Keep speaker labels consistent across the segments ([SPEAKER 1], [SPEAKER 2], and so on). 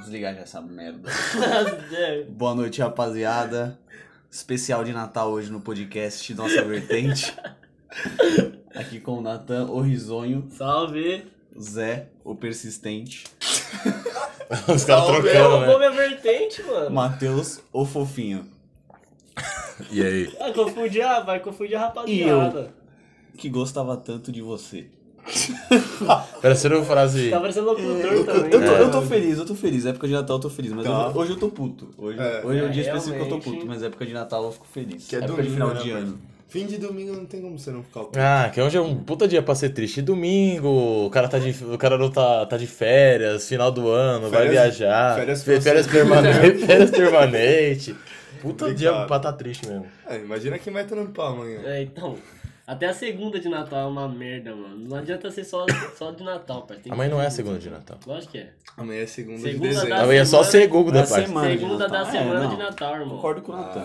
[SPEAKER 1] desligar já essa merda.
[SPEAKER 2] Nossa,
[SPEAKER 1] Boa noite, rapaziada. Especial de Natal hoje no podcast Nossa Vertente. Aqui com o Natan, o Risonho,
[SPEAKER 2] Salve!
[SPEAKER 1] o Zé, o Persistente,
[SPEAKER 3] Os caras
[SPEAKER 2] Salve!
[SPEAKER 3] trocando,
[SPEAKER 2] Eu vou
[SPEAKER 3] né?
[SPEAKER 2] minha vertente, mano.
[SPEAKER 1] Matheus, o Fofinho.
[SPEAKER 3] E aí?
[SPEAKER 2] Ah, confundi, ah, vai confundir a rapaziada.
[SPEAKER 1] Que gostava tanto de você.
[SPEAKER 3] Parecendo uma frase.
[SPEAKER 2] Tá parecendo locutor
[SPEAKER 1] Eu,
[SPEAKER 2] também.
[SPEAKER 1] eu tô,
[SPEAKER 4] É.
[SPEAKER 2] né,
[SPEAKER 1] eu tô
[SPEAKER 2] mano?
[SPEAKER 1] feliz, eu tô feliz. É Época de Natal eu tô feliz, mas
[SPEAKER 4] Tá.
[SPEAKER 1] eu- hoje eu tô puto. Hoje,
[SPEAKER 4] É.
[SPEAKER 1] hoje é um dia
[SPEAKER 2] É,
[SPEAKER 1] específico que eu tô
[SPEAKER 2] realmente.
[SPEAKER 1] puto, mas é época de Natal eu fico feliz.
[SPEAKER 4] Que é
[SPEAKER 1] época de
[SPEAKER 4] domingo,
[SPEAKER 1] final
[SPEAKER 4] né,
[SPEAKER 1] de
[SPEAKER 4] mano?
[SPEAKER 1] ano.
[SPEAKER 4] Fim de domingo não tem como você não ficar puto.
[SPEAKER 3] Ah, que hoje é um puta dia pra ser triste. Domingo, o cara tá de, o cara não tá, tá de férias, final do ano, vai
[SPEAKER 4] Férias-
[SPEAKER 3] viajar.
[SPEAKER 4] férias
[SPEAKER 3] Fe- férias permanente. férias permanente. Puta
[SPEAKER 4] Complicado.
[SPEAKER 3] dia pra tá triste mesmo.
[SPEAKER 4] É, imagina quem vai tornando pra amanhã.
[SPEAKER 2] É, então. Até a segunda de Natal é uma merda, mano. Não adianta ser só, só de Natal, pai. Tem
[SPEAKER 3] Amanhã
[SPEAKER 2] que-
[SPEAKER 3] não é a segunda de Natal.
[SPEAKER 2] Lógico que é.
[SPEAKER 4] Amanhã é segunda,
[SPEAKER 2] Segunda
[SPEAKER 4] de
[SPEAKER 2] da-
[SPEAKER 4] dezembro.
[SPEAKER 3] Amanhã é só
[SPEAKER 2] semana-
[SPEAKER 3] segunda,
[SPEAKER 1] É
[SPEAKER 3] pai.
[SPEAKER 1] semana. Mano, de
[SPEAKER 2] segunda da
[SPEAKER 1] Natal.
[SPEAKER 2] semana
[SPEAKER 1] É,
[SPEAKER 2] de
[SPEAKER 1] não.
[SPEAKER 2] Natal, irmão.
[SPEAKER 1] Concordo com o Natan.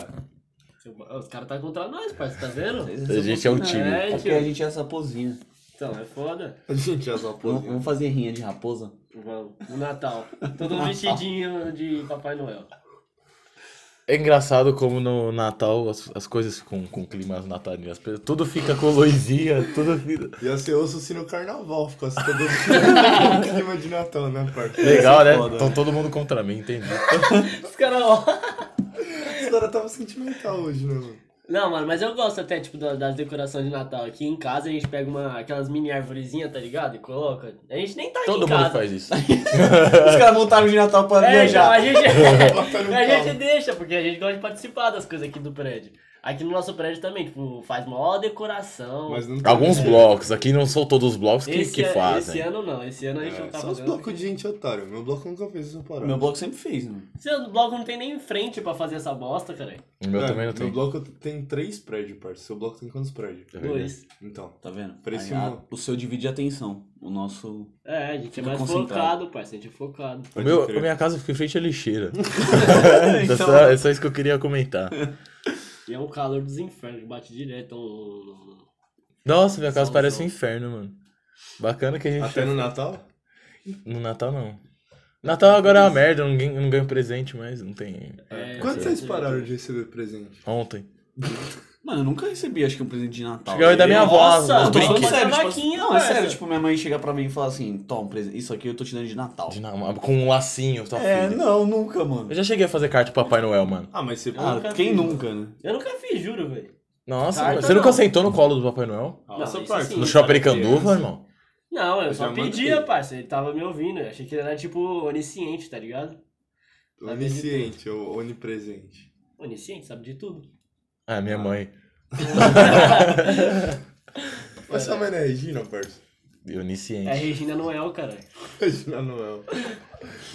[SPEAKER 2] Os caras tá contra nós, parça, tá vendo?
[SPEAKER 3] A gente é um time.
[SPEAKER 2] É,
[SPEAKER 1] É porque
[SPEAKER 2] tio.
[SPEAKER 1] a gente é essa pozinha.
[SPEAKER 2] Então, é foda.
[SPEAKER 4] A gente já só
[SPEAKER 1] Vamos
[SPEAKER 4] pôs.
[SPEAKER 3] Uhum.
[SPEAKER 1] vamos fazer rinha de raposa?
[SPEAKER 2] Vamos, o Natal. Todo vestidinho de Papai Noel.
[SPEAKER 3] É engraçado como no Natal as, as coisas ficam com climas natalinos. Tudo fica com luzinha, tudo fica.
[SPEAKER 4] Ia ser osso se no carnaval ficasse todo mundo com clima de Natal, né, parça?
[SPEAKER 3] Legal, né?
[SPEAKER 1] Foda,
[SPEAKER 3] Então todo mundo contra mim, entendi.
[SPEAKER 2] Tá Os caras, ó.
[SPEAKER 4] Os caras tava sentimental hoje, né, mano?
[SPEAKER 2] Não, mano, mas eu gosto até, tipo, da- das decorações de Natal. Aqui em casa a gente pega uma, aquelas mini arvorezinhas, tá ligado? E coloca. A gente nem tá aqui
[SPEAKER 3] Todo
[SPEAKER 2] em
[SPEAKER 3] mundo
[SPEAKER 2] casa.
[SPEAKER 3] faz isso.
[SPEAKER 1] Os caras montaram de Natal pra
[SPEAKER 2] É, então,
[SPEAKER 1] viajar.
[SPEAKER 2] a gente,
[SPEAKER 4] Bota no
[SPEAKER 2] a
[SPEAKER 4] carro.
[SPEAKER 2] gente deixa, porque a gente gosta de participar das coisas aqui do prédio. Aqui no nosso prédio também, tipo, faz maior decoração.
[SPEAKER 4] Mas não tem-
[SPEAKER 3] Alguns blocos, aqui não são todos os blocos que,
[SPEAKER 2] esse,
[SPEAKER 3] que
[SPEAKER 2] a-
[SPEAKER 3] fazem.
[SPEAKER 2] Esse ano não, esse ano a gente não
[SPEAKER 4] É,
[SPEAKER 2] tá
[SPEAKER 4] só os
[SPEAKER 2] fazendo.
[SPEAKER 4] blocos de gente otário. Meu bloco nunca fez essa
[SPEAKER 3] é.
[SPEAKER 4] parada.
[SPEAKER 1] Meu bloco sempre fez, né? mano.
[SPEAKER 2] Seu bloco não tem nem frente pra fazer essa bosta, cara.
[SPEAKER 3] O meu
[SPEAKER 4] É,
[SPEAKER 3] também não
[SPEAKER 4] Meu
[SPEAKER 3] tem.
[SPEAKER 4] bloco tem três prédios, parça. Seu bloco tem quantos prédios?
[SPEAKER 3] É verdade.
[SPEAKER 2] Dois.
[SPEAKER 4] Então.
[SPEAKER 1] Tá vendo?
[SPEAKER 4] Parecia
[SPEAKER 1] Aí, a-
[SPEAKER 4] um-
[SPEAKER 1] o seu divide a atenção. O nosso.
[SPEAKER 2] É, a gente
[SPEAKER 1] Fica
[SPEAKER 2] é mais
[SPEAKER 1] concentrado.
[SPEAKER 2] focado, parceiro, a gente é focado.
[SPEAKER 3] O
[SPEAKER 4] Pode
[SPEAKER 3] meu,
[SPEAKER 4] crer.
[SPEAKER 3] a minha casa fica em frente à lixeira.
[SPEAKER 1] Então-
[SPEAKER 3] é, só, é só isso que eu queria comentar.
[SPEAKER 2] E é um calor dos infernos, bate direto um...
[SPEAKER 3] Nossa, minha casa
[SPEAKER 2] São-
[SPEAKER 3] parece
[SPEAKER 2] são-
[SPEAKER 3] um inferno, mano. Bacana que a gente.
[SPEAKER 4] Até no Natal?
[SPEAKER 3] No Natal não. Natal agora é uma merda, eu não ganho, eu não ganho presente, mas não tem.
[SPEAKER 2] É,
[SPEAKER 4] Quanto
[SPEAKER 2] sim.
[SPEAKER 4] vocês pararam de receber presente?
[SPEAKER 3] Ontem.
[SPEAKER 1] Mano, eu nunca recebi, acho que um presente de Natal.
[SPEAKER 3] Chegou aí da minha avó,
[SPEAKER 2] Nossa,
[SPEAKER 3] os
[SPEAKER 1] Eu tô falando
[SPEAKER 2] Brinque.
[SPEAKER 3] brinquedos.
[SPEAKER 1] sério, tipo,
[SPEAKER 2] Vaquinha,
[SPEAKER 1] não, é
[SPEAKER 2] parça.
[SPEAKER 1] sério, tipo, minha mãe chega pra mim e fala assim, toma um presente, isso aqui eu tô te dando de Natal.
[SPEAKER 3] De Natal, Com um lacinho, tua
[SPEAKER 1] É,
[SPEAKER 3] filha.
[SPEAKER 1] não, nunca, mano.
[SPEAKER 3] Eu já cheguei a fazer carta pro Papai Noel, mano.
[SPEAKER 4] Ah, mas você.
[SPEAKER 1] Ah,
[SPEAKER 2] nunca
[SPEAKER 1] quem
[SPEAKER 2] fiz.
[SPEAKER 1] nunca, né?
[SPEAKER 2] Eu nunca fiz, juro, velho.
[SPEAKER 3] Nossa,
[SPEAKER 2] Carta
[SPEAKER 3] mano, você nunca
[SPEAKER 2] não.
[SPEAKER 3] sentou no colo do Papai Noel?
[SPEAKER 4] Nossa,
[SPEAKER 2] isso
[SPEAKER 4] parça.
[SPEAKER 2] sim.
[SPEAKER 3] No
[SPEAKER 2] Sim,
[SPEAKER 3] shopping
[SPEAKER 4] era criança.
[SPEAKER 3] Canduva, irmão?
[SPEAKER 2] Não, eu,
[SPEAKER 4] Eu
[SPEAKER 2] só
[SPEAKER 4] já mandei.
[SPEAKER 2] pedia, parça. Ele tava me ouvindo. Eu achei que ele era, tipo, onisciente, tá ligado?
[SPEAKER 4] Onisciente ou onipresente.
[SPEAKER 2] Onisciente, sabe de tudo.
[SPEAKER 3] Ah, minha mãe.
[SPEAKER 4] Mas sua mãe não é Regina, parça?
[SPEAKER 2] É
[SPEAKER 3] Onisciente.
[SPEAKER 2] a Regina Noel, cara.
[SPEAKER 4] Regina Noel.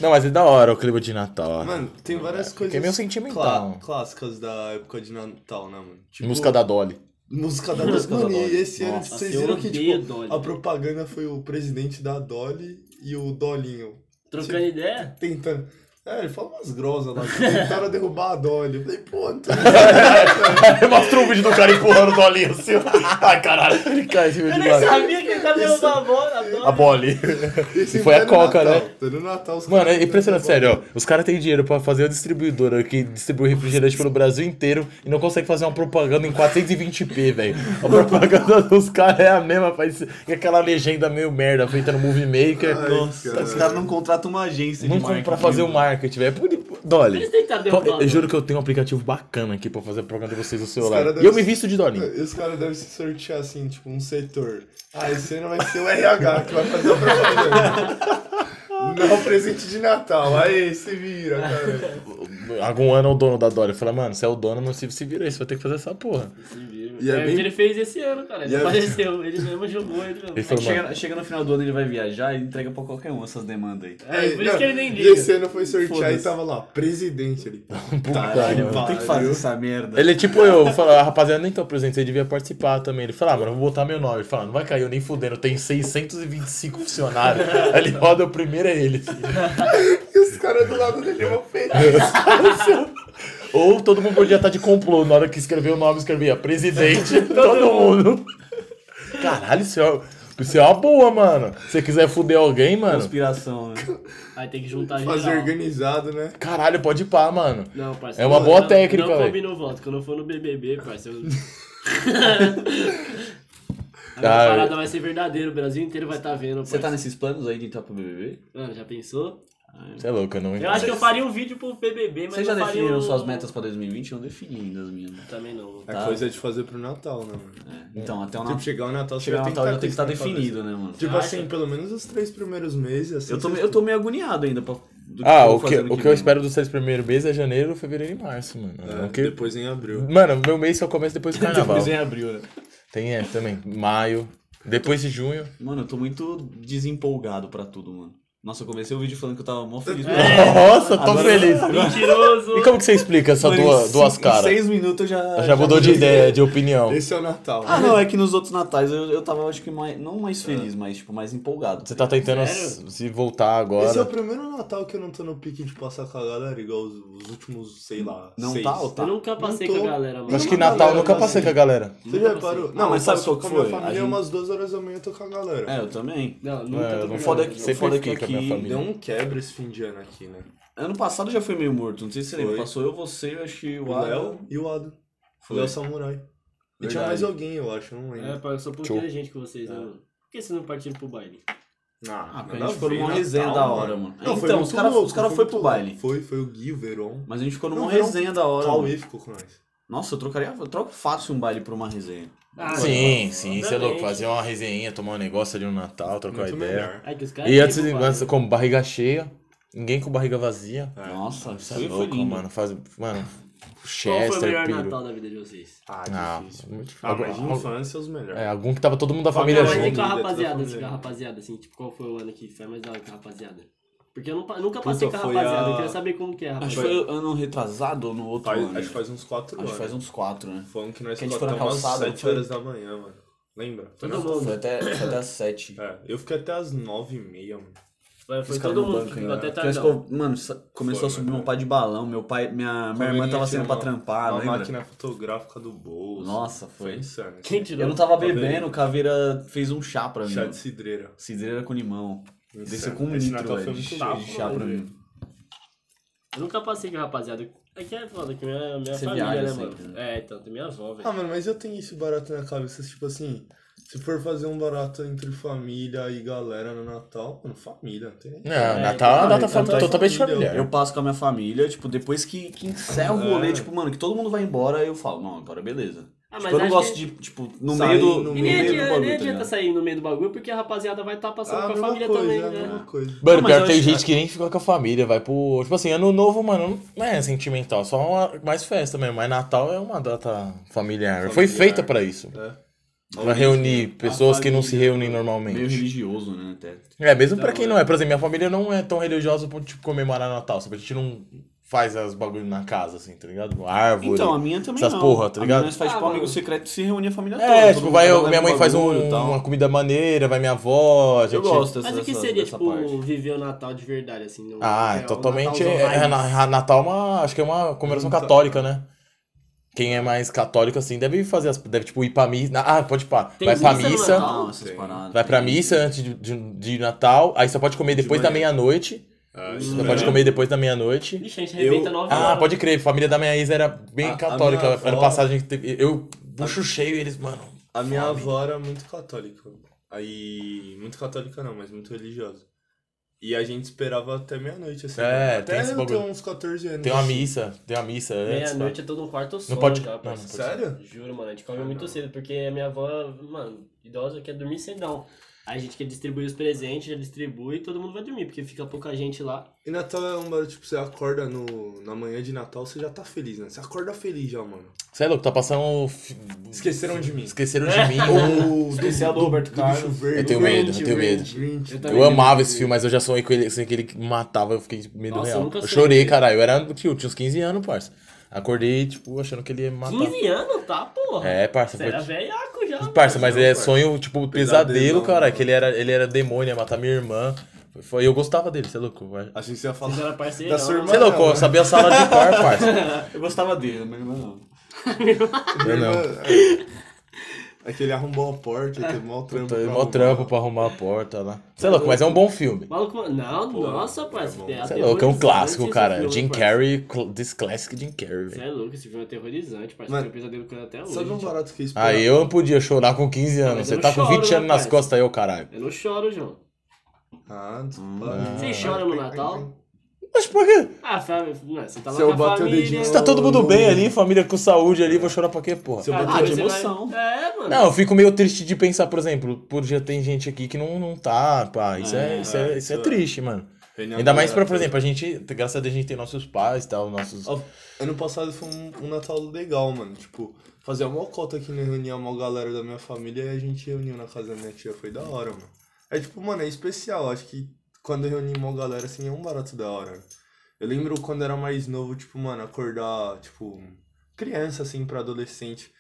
[SPEAKER 3] Não, mas é da hora o clima de Natal. ó.
[SPEAKER 4] Mano, tem várias coisas.
[SPEAKER 3] é meio sentimental.
[SPEAKER 4] clá- clássicas da época de Natal, né, mano? Tipo,
[SPEAKER 3] Música da Dolly.
[SPEAKER 4] Música da
[SPEAKER 1] Música
[SPEAKER 4] Mano,
[SPEAKER 1] da
[SPEAKER 4] e
[SPEAKER 1] Dolly.
[SPEAKER 4] esse ano,
[SPEAKER 1] Nossa,
[SPEAKER 4] tipo, vocês
[SPEAKER 2] eu
[SPEAKER 4] viram que,
[SPEAKER 2] odeio
[SPEAKER 4] tipo,
[SPEAKER 2] Dolly.
[SPEAKER 4] a propaganda foi o presidente da Dolly e o Dolinho
[SPEAKER 2] Trocando ideia?
[SPEAKER 4] tentando. É, ele fala umas grosas lá, que tentaram derrubar a Dolly. Eu falei, pô, não tô ligado, cara.
[SPEAKER 3] Mostra o vídeo do cara empurrando o Dolly assim. Ai, caralho. Ele cai em
[SPEAKER 4] Tá
[SPEAKER 3] cima
[SPEAKER 2] Eu
[SPEAKER 3] de
[SPEAKER 2] nem
[SPEAKER 3] nós.
[SPEAKER 2] sabia que ele tava levando a bola.
[SPEAKER 3] A
[SPEAKER 2] adoro.
[SPEAKER 3] Dolly.
[SPEAKER 4] Esse
[SPEAKER 3] foi a
[SPEAKER 4] ano é
[SPEAKER 3] Coca,
[SPEAKER 4] Natal.
[SPEAKER 3] né?
[SPEAKER 4] Tô no Natal, os
[SPEAKER 3] Mano,
[SPEAKER 4] caras
[SPEAKER 3] é impressionante,
[SPEAKER 4] tentando
[SPEAKER 3] sério, ó. Os caras têm dinheiro pra fazer a distribuidora que distribui refrigerante pelo Brasil inteiro e não consegue fazer uma propaganda em 420p, velho. A propaganda dos caras é a mesma, faz e aquela legenda meio merda feita no Movie Maker.
[SPEAKER 4] Ai,
[SPEAKER 1] Nossa,
[SPEAKER 4] cara.
[SPEAKER 1] os caras não contratam uma agência
[SPEAKER 3] Não
[SPEAKER 1] de marketing.
[SPEAKER 3] como pra fazer o marketing, velho. É por- Dolly.
[SPEAKER 2] Eles tentaram
[SPEAKER 3] qual-
[SPEAKER 2] derrubar.
[SPEAKER 3] Eu juro que eu tenho um aplicativo bacana aqui pra fazer a propaganda de vocês no celular.
[SPEAKER 4] caras
[SPEAKER 3] E eu
[SPEAKER 4] devem-
[SPEAKER 3] me visto de Dolinho.
[SPEAKER 4] E os caras devem se sortear assim, tipo, um setor. Ah, esse ano vai ser o RH que vai fazer a propaganda. Não presente de Natal. Aí, se vira, cara.
[SPEAKER 3] Algum ano é o dono da Dolly fala, mano, você é o dono, não se, se vira aí, você vai ter que fazer essa porra.
[SPEAKER 2] Se vira.
[SPEAKER 4] E é
[SPEAKER 2] é o
[SPEAKER 4] bem-
[SPEAKER 2] que ele fez esse ano, cara. Ele
[SPEAKER 4] E é-
[SPEAKER 2] apareceu. Ele mesmo jogou. Ele mesmo.
[SPEAKER 3] Ele
[SPEAKER 1] Aí
[SPEAKER 3] falou, mano,
[SPEAKER 1] Chega, chega no final do ano, ele vai viajar e entrega pra qualquer um essas demandas aí.
[SPEAKER 2] É, por isso
[SPEAKER 4] Não,
[SPEAKER 2] que ele nem
[SPEAKER 4] e
[SPEAKER 2] liga.
[SPEAKER 4] Esse ano foi sortear e
[SPEAKER 1] Foda-se.
[SPEAKER 4] tava lá, presidente ali. Tá
[SPEAKER 3] Caralho,
[SPEAKER 1] Caralho, mano, tem que fazer essa merda.
[SPEAKER 3] Ele é tipo eu, fala, "Ah, rapaziada, nem tão presente, você devia participar também. Ele fala, ah, mano, eu vou botar meu nome. Ele fala, não vai cair, eu nem fudendo, tem 625 funcionários. Aí ele roda o primeiro, é ele.
[SPEAKER 4] E os caras do lado dele é vão feio.
[SPEAKER 3] Ou todo mundo podia estar de complô, na hora que escreveu o nome, escrevia presidente, todo mundo. Caralho, senhor. Isso é uma boa, mano. Se você quiser fuder alguém, mano.
[SPEAKER 1] Conspiração, né?
[SPEAKER 2] Vai ter que juntar geral.
[SPEAKER 4] Fazer organizado, né?
[SPEAKER 3] Caralho, pode ir pá, mano.
[SPEAKER 2] Não, parceiro.
[SPEAKER 3] É uma boa
[SPEAKER 2] não,
[SPEAKER 3] técnica,
[SPEAKER 2] Não
[SPEAKER 3] velho.
[SPEAKER 2] combinou voto. Quando eu for no BBB, parceiro. a minha
[SPEAKER 3] Ah,
[SPEAKER 2] parada vai ser verdadeira. O Brasil inteiro vai estar vendo.
[SPEAKER 1] Você tá
[SPEAKER 2] parceiro.
[SPEAKER 1] nesses planos aí de entrar pro BBB?
[SPEAKER 2] Mano, já pensou?
[SPEAKER 3] Você é louco, eu não
[SPEAKER 2] Eu acho que eu faria um vídeo pro BBB, mas
[SPEAKER 1] Vocês já
[SPEAKER 2] não faria
[SPEAKER 1] definiram
[SPEAKER 2] um-
[SPEAKER 1] suas metas pra 2020? Eu não defini ainda as minhas.
[SPEAKER 2] Também não.
[SPEAKER 4] É
[SPEAKER 1] Tá.
[SPEAKER 4] coisa de fazer pro Natal, né,
[SPEAKER 3] É.
[SPEAKER 4] mano?
[SPEAKER 1] Então, até o
[SPEAKER 4] Tipo,
[SPEAKER 1] Natal.
[SPEAKER 4] chegar o Natal, você
[SPEAKER 1] Chegar
[SPEAKER 4] já
[SPEAKER 1] no
[SPEAKER 4] tem
[SPEAKER 1] Natal já tem que estar
[SPEAKER 4] isso na
[SPEAKER 1] definido, né, mano?
[SPEAKER 4] cabeça. Tipo
[SPEAKER 2] Você
[SPEAKER 4] assim,
[SPEAKER 2] acha?
[SPEAKER 4] pelo menos os três primeiros meses, assim.
[SPEAKER 1] Eu tô,
[SPEAKER 4] vocês-
[SPEAKER 1] eu tô meio agoniado ainda pra. do
[SPEAKER 3] Ah,
[SPEAKER 1] eu vou
[SPEAKER 3] o que,
[SPEAKER 1] fazer no
[SPEAKER 3] o que eu
[SPEAKER 1] vem.
[SPEAKER 3] espero dos seis primeiros meses é janeiro, fevereiro e março, mano.
[SPEAKER 4] É,
[SPEAKER 3] Não que-
[SPEAKER 4] Depois em abril.
[SPEAKER 3] Mano, meu mês só começa depois do carnaval.
[SPEAKER 1] Depois em abril, né?
[SPEAKER 3] Tem é, também. Maio. Depois de junho.
[SPEAKER 1] Mano, eu tô muito desempolgado pra tudo, mano. Nossa, eu comecei o vídeo falando que eu tava mó feliz.
[SPEAKER 3] Nossa, tô feliz.
[SPEAKER 2] Mentiroso!
[SPEAKER 3] E como que você explica essa
[SPEAKER 1] Mano, em
[SPEAKER 3] duas,
[SPEAKER 1] cinco-
[SPEAKER 3] duas
[SPEAKER 1] em
[SPEAKER 3] caras?
[SPEAKER 1] seis minutos eu já.
[SPEAKER 3] Já mudou de ideia, de opinião.
[SPEAKER 4] Esse é o Natal.
[SPEAKER 1] Ah, não, é que nos outros natais eu, eu tava, acho que, mais, não mais feliz,
[SPEAKER 3] É.
[SPEAKER 1] mas, tipo, mais empolgado.
[SPEAKER 3] Você tá tentando
[SPEAKER 2] Sério?
[SPEAKER 3] se voltar
[SPEAKER 4] Esse é o
[SPEAKER 3] agora.
[SPEAKER 4] primeiro Natal que eu não tô no pique de passar com a galera, igual os, os últimos, sei lá,
[SPEAKER 1] Não
[SPEAKER 4] seis.
[SPEAKER 1] tá ou tá?
[SPEAKER 2] Eu nunca passei
[SPEAKER 4] Não tô.
[SPEAKER 2] com a galera, mano.
[SPEAKER 4] Eu
[SPEAKER 3] Então, Acho que
[SPEAKER 4] não na-
[SPEAKER 3] Natal eu
[SPEAKER 4] galera,
[SPEAKER 3] nunca
[SPEAKER 4] mas
[SPEAKER 3] passei
[SPEAKER 4] assim,
[SPEAKER 3] com a galera.
[SPEAKER 4] Você
[SPEAKER 2] Nunca
[SPEAKER 4] já reparou?
[SPEAKER 2] passei.
[SPEAKER 1] Não, mas sabe
[SPEAKER 4] eu passo
[SPEAKER 1] qual que
[SPEAKER 4] com a
[SPEAKER 1] foi?
[SPEAKER 4] Minha
[SPEAKER 1] A
[SPEAKER 4] família, é
[SPEAKER 1] gente-
[SPEAKER 4] umas duas horas da manhã eu tô com a galera.
[SPEAKER 1] É, eu também.
[SPEAKER 2] Não, nunca tá
[SPEAKER 3] É,
[SPEAKER 2] tô
[SPEAKER 3] não
[SPEAKER 2] com
[SPEAKER 1] foda
[SPEAKER 2] a
[SPEAKER 1] que-
[SPEAKER 2] galera.
[SPEAKER 1] sei-
[SPEAKER 3] sempre
[SPEAKER 1] foda que
[SPEAKER 3] fica a
[SPEAKER 1] aqui
[SPEAKER 3] minha
[SPEAKER 4] Deu
[SPEAKER 3] família.
[SPEAKER 4] um quebra esse fim de ano aqui, né?
[SPEAKER 1] Ano passado já foi meio morto, não sei se você lembra.
[SPEAKER 4] Foi.
[SPEAKER 1] Passou eu, você, eu achei
[SPEAKER 4] O
[SPEAKER 1] o Léo.
[SPEAKER 4] Léo e o Ado. O
[SPEAKER 1] Foi.
[SPEAKER 4] Léo Samurai. E tinha
[SPEAKER 1] Verdade.
[SPEAKER 4] mais alguém, eu acho, não
[SPEAKER 2] É,
[SPEAKER 4] lembro.
[SPEAKER 2] pai, eu sou pouco
[SPEAKER 3] Show. É.
[SPEAKER 2] inteligente com vocês, né, mano? Por que vocês não partiram pro baile?
[SPEAKER 1] Ah, porque a Tá
[SPEAKER 4] nada
[SPEAKER 1] gente ficou
[SPEAKER 4] ver,
[SPEAKER 1] numa
[SPEAKER 4] Natal,
[SPEAKER 1] resenha da hora, mano.
[SPEAKER 4] Não, foi
[SPEAKER 1] então,
[SPEAKER 4] muito
[SPEAKER 1] os caras
[SPEAKER 4] louco,
[SPEAKER 1] os cara
[SPEAKER 4] foi
[SPEAKER 1] foi
[SPEAKER 4] muito
[SPEAKER 1] pro
[SPEAKER 4] louco.
[SPEAKER 1] baile.
[SPEAKER 4] Foi, foi o Gui, o Veron.
[SPEAKER 1] Mas a gente ficou
[SPEAKER 4] Não,
[SPEAKER 1] numa
[SPEAKER 4] foi um
[SPEAKER 1] resenha da
[SPEAKER 4] O
[SPEAKER 1] hora. mano.
[SPEAKER 4] Cauê ficou com nós.
[SPEAKER 1] Nossa, eu trocaria. Eu troco fácil um baile por uma resenha.
[SPEAKER 2] Ah,
[SPEAKER 3] Sim,
[SPEAKER 2] não,
[SPEAKER 3] sim,
[SPEAKER 2] não,
[SPEAKER 3] você é louco.
[SPEAKER 2] também.
[SPEAKER 3] Fazer uma resenha, tomar um negócio ali no Natal, trocar
[SPEAKER 4] Muito
[SPEAKER 3] ideia.
[SPEAKER 4] melhor.
[SPEAKER 2] É que os caras
[SPEAKER 3] E
[SPEAKER 2] têm
[SPEAKER 3] antes,
[SPEAKER 2] pro baile.
[SPEAKER 3] antes como barriga cheia, ninguém com barriga vazia.
[SPEAKER 4] É.
[SPEAKER 1] Nossa,
[SPEAKER 3] Isso
[SPEAKER 1] isso
[SPEAKER 3] é
[SPEAKER 1] aí foi
[SPEAKER 3] louco,
[SPEAKER 1] lindo.
[SPEAKER 3] mano. Faz, mano,
[SPEAKER 2] Qual foi o
[SPEAKER 3] Chester,
[SPEAKER 2] melhor
[SPEAKER 3] Piro.
[SPEAKER 2] Natal da vida de vocês?
[SPEAKER 4] Ah,
[SPEAKER 3] Ah,
[SPEAKER 4] difícil.
[SPEAKER 3] muito difícil.
[SPEAKER 4] Ah, mas de
[SPEAKER 3] Algum-
[SPEAKER 4] infância os melhores.
[SPEAKER 3] É, algum que tava todo mundo da família
[SPEAKER 4] Família
[SPEAKER 2] Não, mas
[SPEAKER 4] junto.
[SPEAKER 2] e
[SPEAKER 3] junto.
[SPEAKER 2] com a
[SPEAKER 1] né?
[SPEAKER 4] toda
[SPEAKER 2] rapaziada, assim,
[SPEAKER 4] família.
[SPEAKER 2] com a rapaziada, assim, tipo, qual foi o ano que foi mais da hora com a rapaziada? Porque eu não pa- nunca
[SPEAKER 4] Puta,
[SPEAKER 2] passei com a
[SPEAKER 4] foi
[SPEAKER 2] rapaziada,
[SPEAKER 4] a-
[SPEAKER 2] eu queria saber como que é a
[SPEAKER 1] Acho que
[SPEAKER 2] rapaziada.
[SPEAKER 1] foi ano retrasado ou no outro
[SPEAKER 4] Faz-
[SPEAKER 1] ano.
[SPEAKER 4] acho que faz uns 4
[SPEAKER 1] Acho
[SPEAKER 4] anos.
[SPEAKER 1] que faz uns quatro, né?
[SPEAKER 4] Foi um que nós
[SPEAKER 1] Que a gente foi na
[SPEAKER 4] acordamos às
[SPEAKER 1] calçada,
[SPEAKER 4] 7
[SPEAKER 1] foi?
[SPEAKER 4] horas da manhã, mano. Lembra? Foi
[SPEAKER 2] Todo
[SPEAKER 4] na-
[SPEAKER 2] mundo.
[SPEAKER 1] Foi até, foi até as sete.
[SPEAKER 4] É, eu fiquei até às 9h30, mano.
[SPEAKER 2] Foi, foi
[SPEAKER 1] Os caras
[SPEAKER 2] todo
[SPEAKER 1] no
[SPEAKER 2] mundo
[SPEAKER 1] banco
[SPEAKER 2] que
[SPEAKER 1] ainda.
[SPEAKER 2] ficou até
[SPEAKER 1] Porque eu acho
[SPEAKER 2] tardão.
[SPEAKER 1] que eu- mano, sa- começou
[SPEAKER 4] Foi, né?
[SPEAKER 1] a subir
[SPEAKER 4] mano.
[SPEAKER 1] meu pai de balão, meu pai, minha, minha irmã tava sendo pra trampar,
[SPEAKER 4] A
[SPEAKER 1] lembra?
[SPEAKER 4] máquina fotográfica do bolso.
[SPEAKER 1] Nossa,
[SPEAKER 4] Foi
[SPEAKER 1] foi.
[SPEAKER 4] insano.
[SPEAKER 2] Quem
[SPEAKER 4] assim.
[SPEAKER 2] tirou?
[SPEAKER 1] Eu não tava
[SPEAKER 4] Tá vendo?
[SPEAKER 1] bebendo, o Caveira fez um chá pra mim.
[SPEAKER 4] Chá de cidreira.
[SPEAKER 1] Cidreira com limão.
[SPEAKER 4] Insano.
[SPEAKER 1] Desceu com um
[SPEAKER 4] é, Esse
[SPEAKER 1] litro,
[SPEAKER 4] Natal
[SPEAKER 1] velho,
[SPEAKER 4] foi
[SPEAKER 1] de
[SPEAKER 4] muito
[SPEAKER 1] chá
[SPEAKER 4] louco.
[SPEAKER 1] de chá pra mim.
[SPEAKER 2] Eu nunca passei com a rapaziada. É que é foda, que minha, minha
[SPEAKER 1] Você
[SPEAKER 2] família,
[SPEAKER 1] viaja
[SPEAKER 2] né,
[SPEAKER 1] sempre,
[SPEAKER 2] mano? É, então, tem minha avó, velho.
[SPEAKER 4] Ah, mano, mas eu tenho esse barato na cabeça, tipo assim... Se for fazer um barato entre família e galera no Natal, mano, família, não tem nem...
[SPEAKER 3] Não,
[SPEAKER 2] É,
[SPEAKER 3] Natal é uma
[SPEAKER 2] Natal
[SPEAKER 3] data
[SPEAKER 2] é
[SPEAKER 3] fam-
[SPEAKER 4] família.
[SPEAKER 3] totalmente familiar.
[SPEAKER 1] Eu passo com a minha família, tipo, depois que, que encerra o rolê,
[SPEAKER 4] É.
[SPEAKER 1] tipo, mano, que todo mundo vai embora, eu falo, não, agora beleza.
[SPEAKER 2] Ah,
[SPEAKER 1] Tipo, eu não
[SPEAKER 2] acho
[SPEAKER 1] gosto
[SPEAKER 2] que-
[SPEAKER 1] de, tipo, no
[SPEAKER 4] Sair
[SPEAKER 1] meio do,
[SPEAKER 4] no
[SPEAKER 1] no
[SPEAKER 2] E nem
[SPEAKER 4] meio
[SPEAKER 1] meio do
[SPEAKER 2] adianta, nem
[SPEAKER 1] bagulho, tá
[SPEAKER 2] adianta
[SPEAKER 1] ligado?
[SPEAKER 2] sair no meio do bagulho, porque a rapaziada vai estar
[SPEAKER 4] Ah,
[SPEAKER 2] passando com a
[SPEAKER 4] mesma
[SPEAKER 2] família
[SPEAKER 4] coisa,
[SPEAKER 2] também,
[SPEAKER 4] é a
[SPEAKER 2] né?
[SPEAKER 4] mesma coisa.
[SPEAKER 3] Mano,
[SPEAKER 1] Não, mas
[SPEAKER 3] pior
[SPEAKER 1] eu
[SPEAKER 3] que tem
[SPEAKER 1] acho-
[SPEAKER 3] gente que nem fica com a família, vai pro. Tipo assim, ano novo, mano, não é sentimental, só uma- mais festa mesmo. Mas Natal é uma data familiar. Foi
[SPEAKER 4] Familiar.
[SPEAKER 3] feita pra isso.
[SPEAKER 4] É.
[SPEAKER 3] Pra
[SPEAKER 1] é
[SPEAKER 3] reunir
[SPEAKER 1] né?
[SPEAKER 3] pessoas que não se reúnem
[SPEAKER 1] Meio
[SPEAKER 3] normalmente.
[SPEAKER 1] religioso, né, até.
[SPEAKER 3] É, mesmo pra quem não é. Por exemplo, minha família não é tão religiosa pra tipo, comemorar Natal. Sabe? A gente não faz as bagulho na casa, assim, tá ligado? Árvore.
[SPEAKER 1] Então, a minha também
[SPEAKER 3] Essas
[SPEAKER 1] não.
[SPEAKER 3] porra, tá
[SPEAKER 1] A minha
[SPEAKER 3] ligado?
[SPEAKER 1] nós faz, tipo,
[SPEAKER 2] Ah,
[SPEAKER 1] amigo
[SPEAKER 2] mano.
[SPEAKER 1] secreto e se reúne a família toda.
[SPEAKER 3] É,
[SPEAKER 1] todo
[SPEAKER 3] tipo,
[SPEAKER 1] mundo
[SPEAKER 3] vai,
[SPEAKER 1] cada um leva
[SPEAKER 3] minha mãe faz
[SPEAKER 1] bagulho
[SPEAKER 3] um-
[SPEAKER 1] e tal.
[SPEAKER 3] uma comida maneira, vai minha avó. a
[SPEAKER 1] Eu
[SPEAKER 3] gente-
[SPEAKER 1] gosto dessa,
[SPEAKER 2] Mas o que
[SPEAKER 1] dessa-
[SPEAKER 2] seria,
[SPEAKER 1] dessa
[SPEAKER 2] tipo,
[SPEAKER 1] parte.
[SPEAKER 2] viver o Natal de verdade, assim? Não,
[SPEAKER 3] Ah,
[SPEAKER 2] é o
[SPEAKER 3] totalmente.
[SPEAKER 2] Natalzão
[SPEAKER 3] É,
[SPEAKER 2] raiz.
[SPEAKER 3] na- a Natal é uma. Acho que é uma comemoração
[SPEAKER 4] Então.
[SPEAKER 3] católica, né? Quem é mais católico, assim, deve fazer as. Deve, tipo, ir pra missa. Ah, pode ir pra.
[SPEAKER 2] Tem
[SPEAKER 3] vai pra
[SPEAKER 2] missa no
[SPEAKER 3] missa.
[SPEAKER 2] Natal?
[SPEAKER 1] Não, essas
[SPEAKER 4] Tem.
[SPEAKER 1] paradas.
[SPEAKER 3] Vai pra missa antes de, de, de Natal. Aí só pode comer depois da
[SPEAKER 4] manhã.
[SPEAKER 3] meia-noite.
[SPEAKER 1] Hum,
[SPEAKER 4] Ah,
[SPEAKER 3] Só
[SPEAKER 4] é.
[SPEAKER 3] pode comer depois da meia-noite.
[SPEAKER 2] Ixi, a gente arrebenta
[SPEAKER 4] Eu-
[SPEAKER 2] nove
[SPEAKER 3] Ah,
[SPEAKER 2] horas.
[SPEAKER 3] pode crer. Família da minha ex era
[SPEAKER 4] A-
[SPEAKER 3] bem
[SPEAKER 4] a
[SPEAKER 3] católica.
[SPEAKER 4] minha
[SPEAKER 3] Ano
[SPEAKER 4] avó-
[SPEAKER 3] passado a gente teve. Eu bucho cheio e eles, mano.
[SPEAKER 4] A minha avó era muito católica. Aí. Muito católica não, mas muito religiosa. E a gente esperava até meia-noite, assim.
[SPEAKER 3] É,
[SPEAKER 4] né?
[SPEAKER 3] tem
[SPEAKER 4] até
[SPEAKER 3] esse
[SPEAKER 4] eu
[SPEAKER 3] bagulho.
[SPEAKER 4] ter uns 14 anos.
[SPEAKER 3] Tem uma missa. Tem uma missa né? antes. pá.
[SPEAKER 2] Meia-noite é todo um quarto só.
[SPEAKER 3] pode-
[SPEAKER 2] já,
[SPEAKER 3] não, não
[SPEAKER 2] parceiro.
[SPEAKER 4] pode. Sério?
[SPEAKER 2] Juro, mano. A gente come
[SPEAKER 4] Ah,
[SPEAKER 2] muito
[SPEAKER 4] não.
[SPEAKER 2] cedo, porque a minha avó, mano, idosa, quer dormir cedão. Aí a gente quer distribuir os presentes, já distribui e todo mundo vai dormir, porque fica pouca gente lá.
[SPEAKER 4] E Natal é um bagulho, tipo, você acorda no, na manhã de Natal, você já tá feliz, né? Você acorda feliz já, mano.
[SPEAKER 3] Você é louco, tá passando. fi-
[SPEAKER 4] Esqueceram de mim.
[SPEAKER 3] Esqueceram de mim. né?
[SPEAKER 4] Ou
[SPEAKER 1] Especial do Roberto Carlos.
[SPEAKER 4] bicho verde.
[SPEAKER 3] Eu tenho medo, eu tenho medo.
[SPEAKER 4] Grinch.
[SPEAKER 2] Eu
[SPEAKER 3] Eu amava esse filme, mas eu já sonhei com ele, sonhei que ele que me matava, eu fiquei com medo
[SPEAKER 2] Nossa, eu
[SPEAKER 3] real.
[SPEAKER 2] nunca
[SPEAKER 3] Eu,
[SPEAKER 2] sonhei
[SPEAKER 3] chorei,
[SPEAKER 2] com ele.
[SPEAKER 3] caralho, eu era, tio, eu tinha uns 15 anos, parça. Acordei, tipo, achando que ele ia me matar.
[SPEAKER 2] 15 anos, tá, porra?
[SPEAKER 3] É, parça,
[SPEAKER 2] Você
[SPEAKER 3] foi...
[SPEAKER 2] era velhaco já.
[SPEAKER 3] Parça, mas
[SPEAKER 4] Não,
[SPEAKER 3] é
[SPEAKER 4] parça.
[SPEAKER 3] sonho, tipo, pesadelo,
[SPEAKER 4] Pesadelo,
[SPEAKER 3] cara,
[SPEAKER 4] mano.
[SPEAKER 3] que ele era, ele era demônio, ia matar minha irmã. Foi- Foi, eu gostava dele, você é louco, vai.
[SPEAKER 4] Achei que você ia
[SPEAKER 2] Você
[SPEAKER 4] falar.
[SPEAKER 2] era parceiro.
[SPEAKER 4] Da sua irmã.
[SPEAKER 3] Você é louco, eu sabia a sala de cor, parça.
[SPEAKER 1] é
[SPEAKER 3] é
[SPEAKER 1] Eu gostava dele, mas não.
[SPEAKER 3] Eu não.
[SPEAKER 4] É. É que ele arrombou a porta, ele teve mó trampo.
[SPEAKER 3] Puta, é
[SPEAKER 4] pra
[SPEAKER 3] Mó
[SPEAKER 4] arrumar.
[SPEAKER 3] trampo pra arrumar a porta lá. Sei lá, mas é um bom filme.
[SPEAKER 2] Maluco, não, nossa,
[SPEAKER 4] bom.
[SPEAKER 2] parceiro.
[SPEAKER 4] Cê é
[SPEAKER 3] Sei lá, que é um
[SPEAKER 2] aterrorizante
[SPEAKER 3] clássico,
[SPEAKER 2] esse
[SPEAKER 3] cara.
[SPEAKER 2] filme,
[SPEAKER 3] Jim
[SPEAKER 2] parceiro.
[SPEAKER 3] Carrey, cl- this classic Jim Carrey,
[SPEAKER 2] Você
[SPEAKER 3] velho.
[SPEAKER 2] é louco, esse filme é aterrorizante, parceiro.
[SPEAKER 4] Mano,
[SPEAKER 2] Tem um pesadelo com ele até hoje.
[SPEAKER 4] Sabe um
[SPEAKER 2] tio.
[SPEAKER 4] barato que eu esperava?
[SPEAKER 3] Aí Ah, eu não podia chorar com 15 anos.
[SPEAKER 2] mas
[SPEAKER 3] Você
[SPEAKER 2] eu
[SPEAKER 3] tá com
[SPEAKER 2] choro,
[SPEAKER 3] 20 anos
[SPEAKER 2] né,
[SPEAKER 3] nas
[SPEAKER 2] pai?
[SPEAKER 3] costas aí, ô caralho.
[SPEAKER 2] Eu não choro, João.
[SPEAKER 4] Ah,
[SPEAKER 3] Hum.
[SPEAKER 4] desculpa.
[SPEAKER 2] Você chora né, no Natal?
[SPEAKER 3] Mas por quê?
[SPEAKER 2] Ah, Fábio, não, você tá lá
[SPEAKER 4] Se eu
[SPEAKER 2] com a
[SPEAKER 4] bater o
[SPEAKER 2] família.
[SPEAKER 4] dedinho-
[SPEAKER 3] Se tá todo mundo bem ali, família com saúde ali, vou chorar pra quê, porra?
[SPEAKER 4] Se eu
[SPEAKER 2] Ah,
[SPEAKER 4] bater
[SPEAKER 1] Ah, de
[SPEAKER 2] você vai-
[SPEAKER 1] emoção.
[SPEAKER 2] É, mano.
[SPEAKER 3] Não, eu fico meio triste de pensar, por exemplo, por já tem gente aqui que não, não tá, pá. Isso é,
[SPEAKER 1] É,
[SPEAKER 3] isso é,
[SPEAKER 4] é,
[SPEAKER 3] isso é
[SPEAKER 4] isso é.
[SPEAKER 3] triste, mano.
[SPEAKER 4] Reunião
[SPEAKER 3] Ainda mais
[SPEAKER 4] da-
[SPEAKER 3] pra, por exemplo, a gente, graças a Deus, a gente tem nossos pais e tal, nossos.
[SPEAKER 4] Ó, Ano passado foi um, um Natal legal, mano. Tipo, fazia uma cota aqui na reunião, uma galera da minha família e a gente reuniu na casa da minha tia. Foi da hora, mano. É tipo, mano, é especial. Acho que quando eu reuni uma galera, assim, é um barato da hora. Eu lembro quando era mais novo, tipo, mano, acordar, tipo, criança, assim, pra adolescente.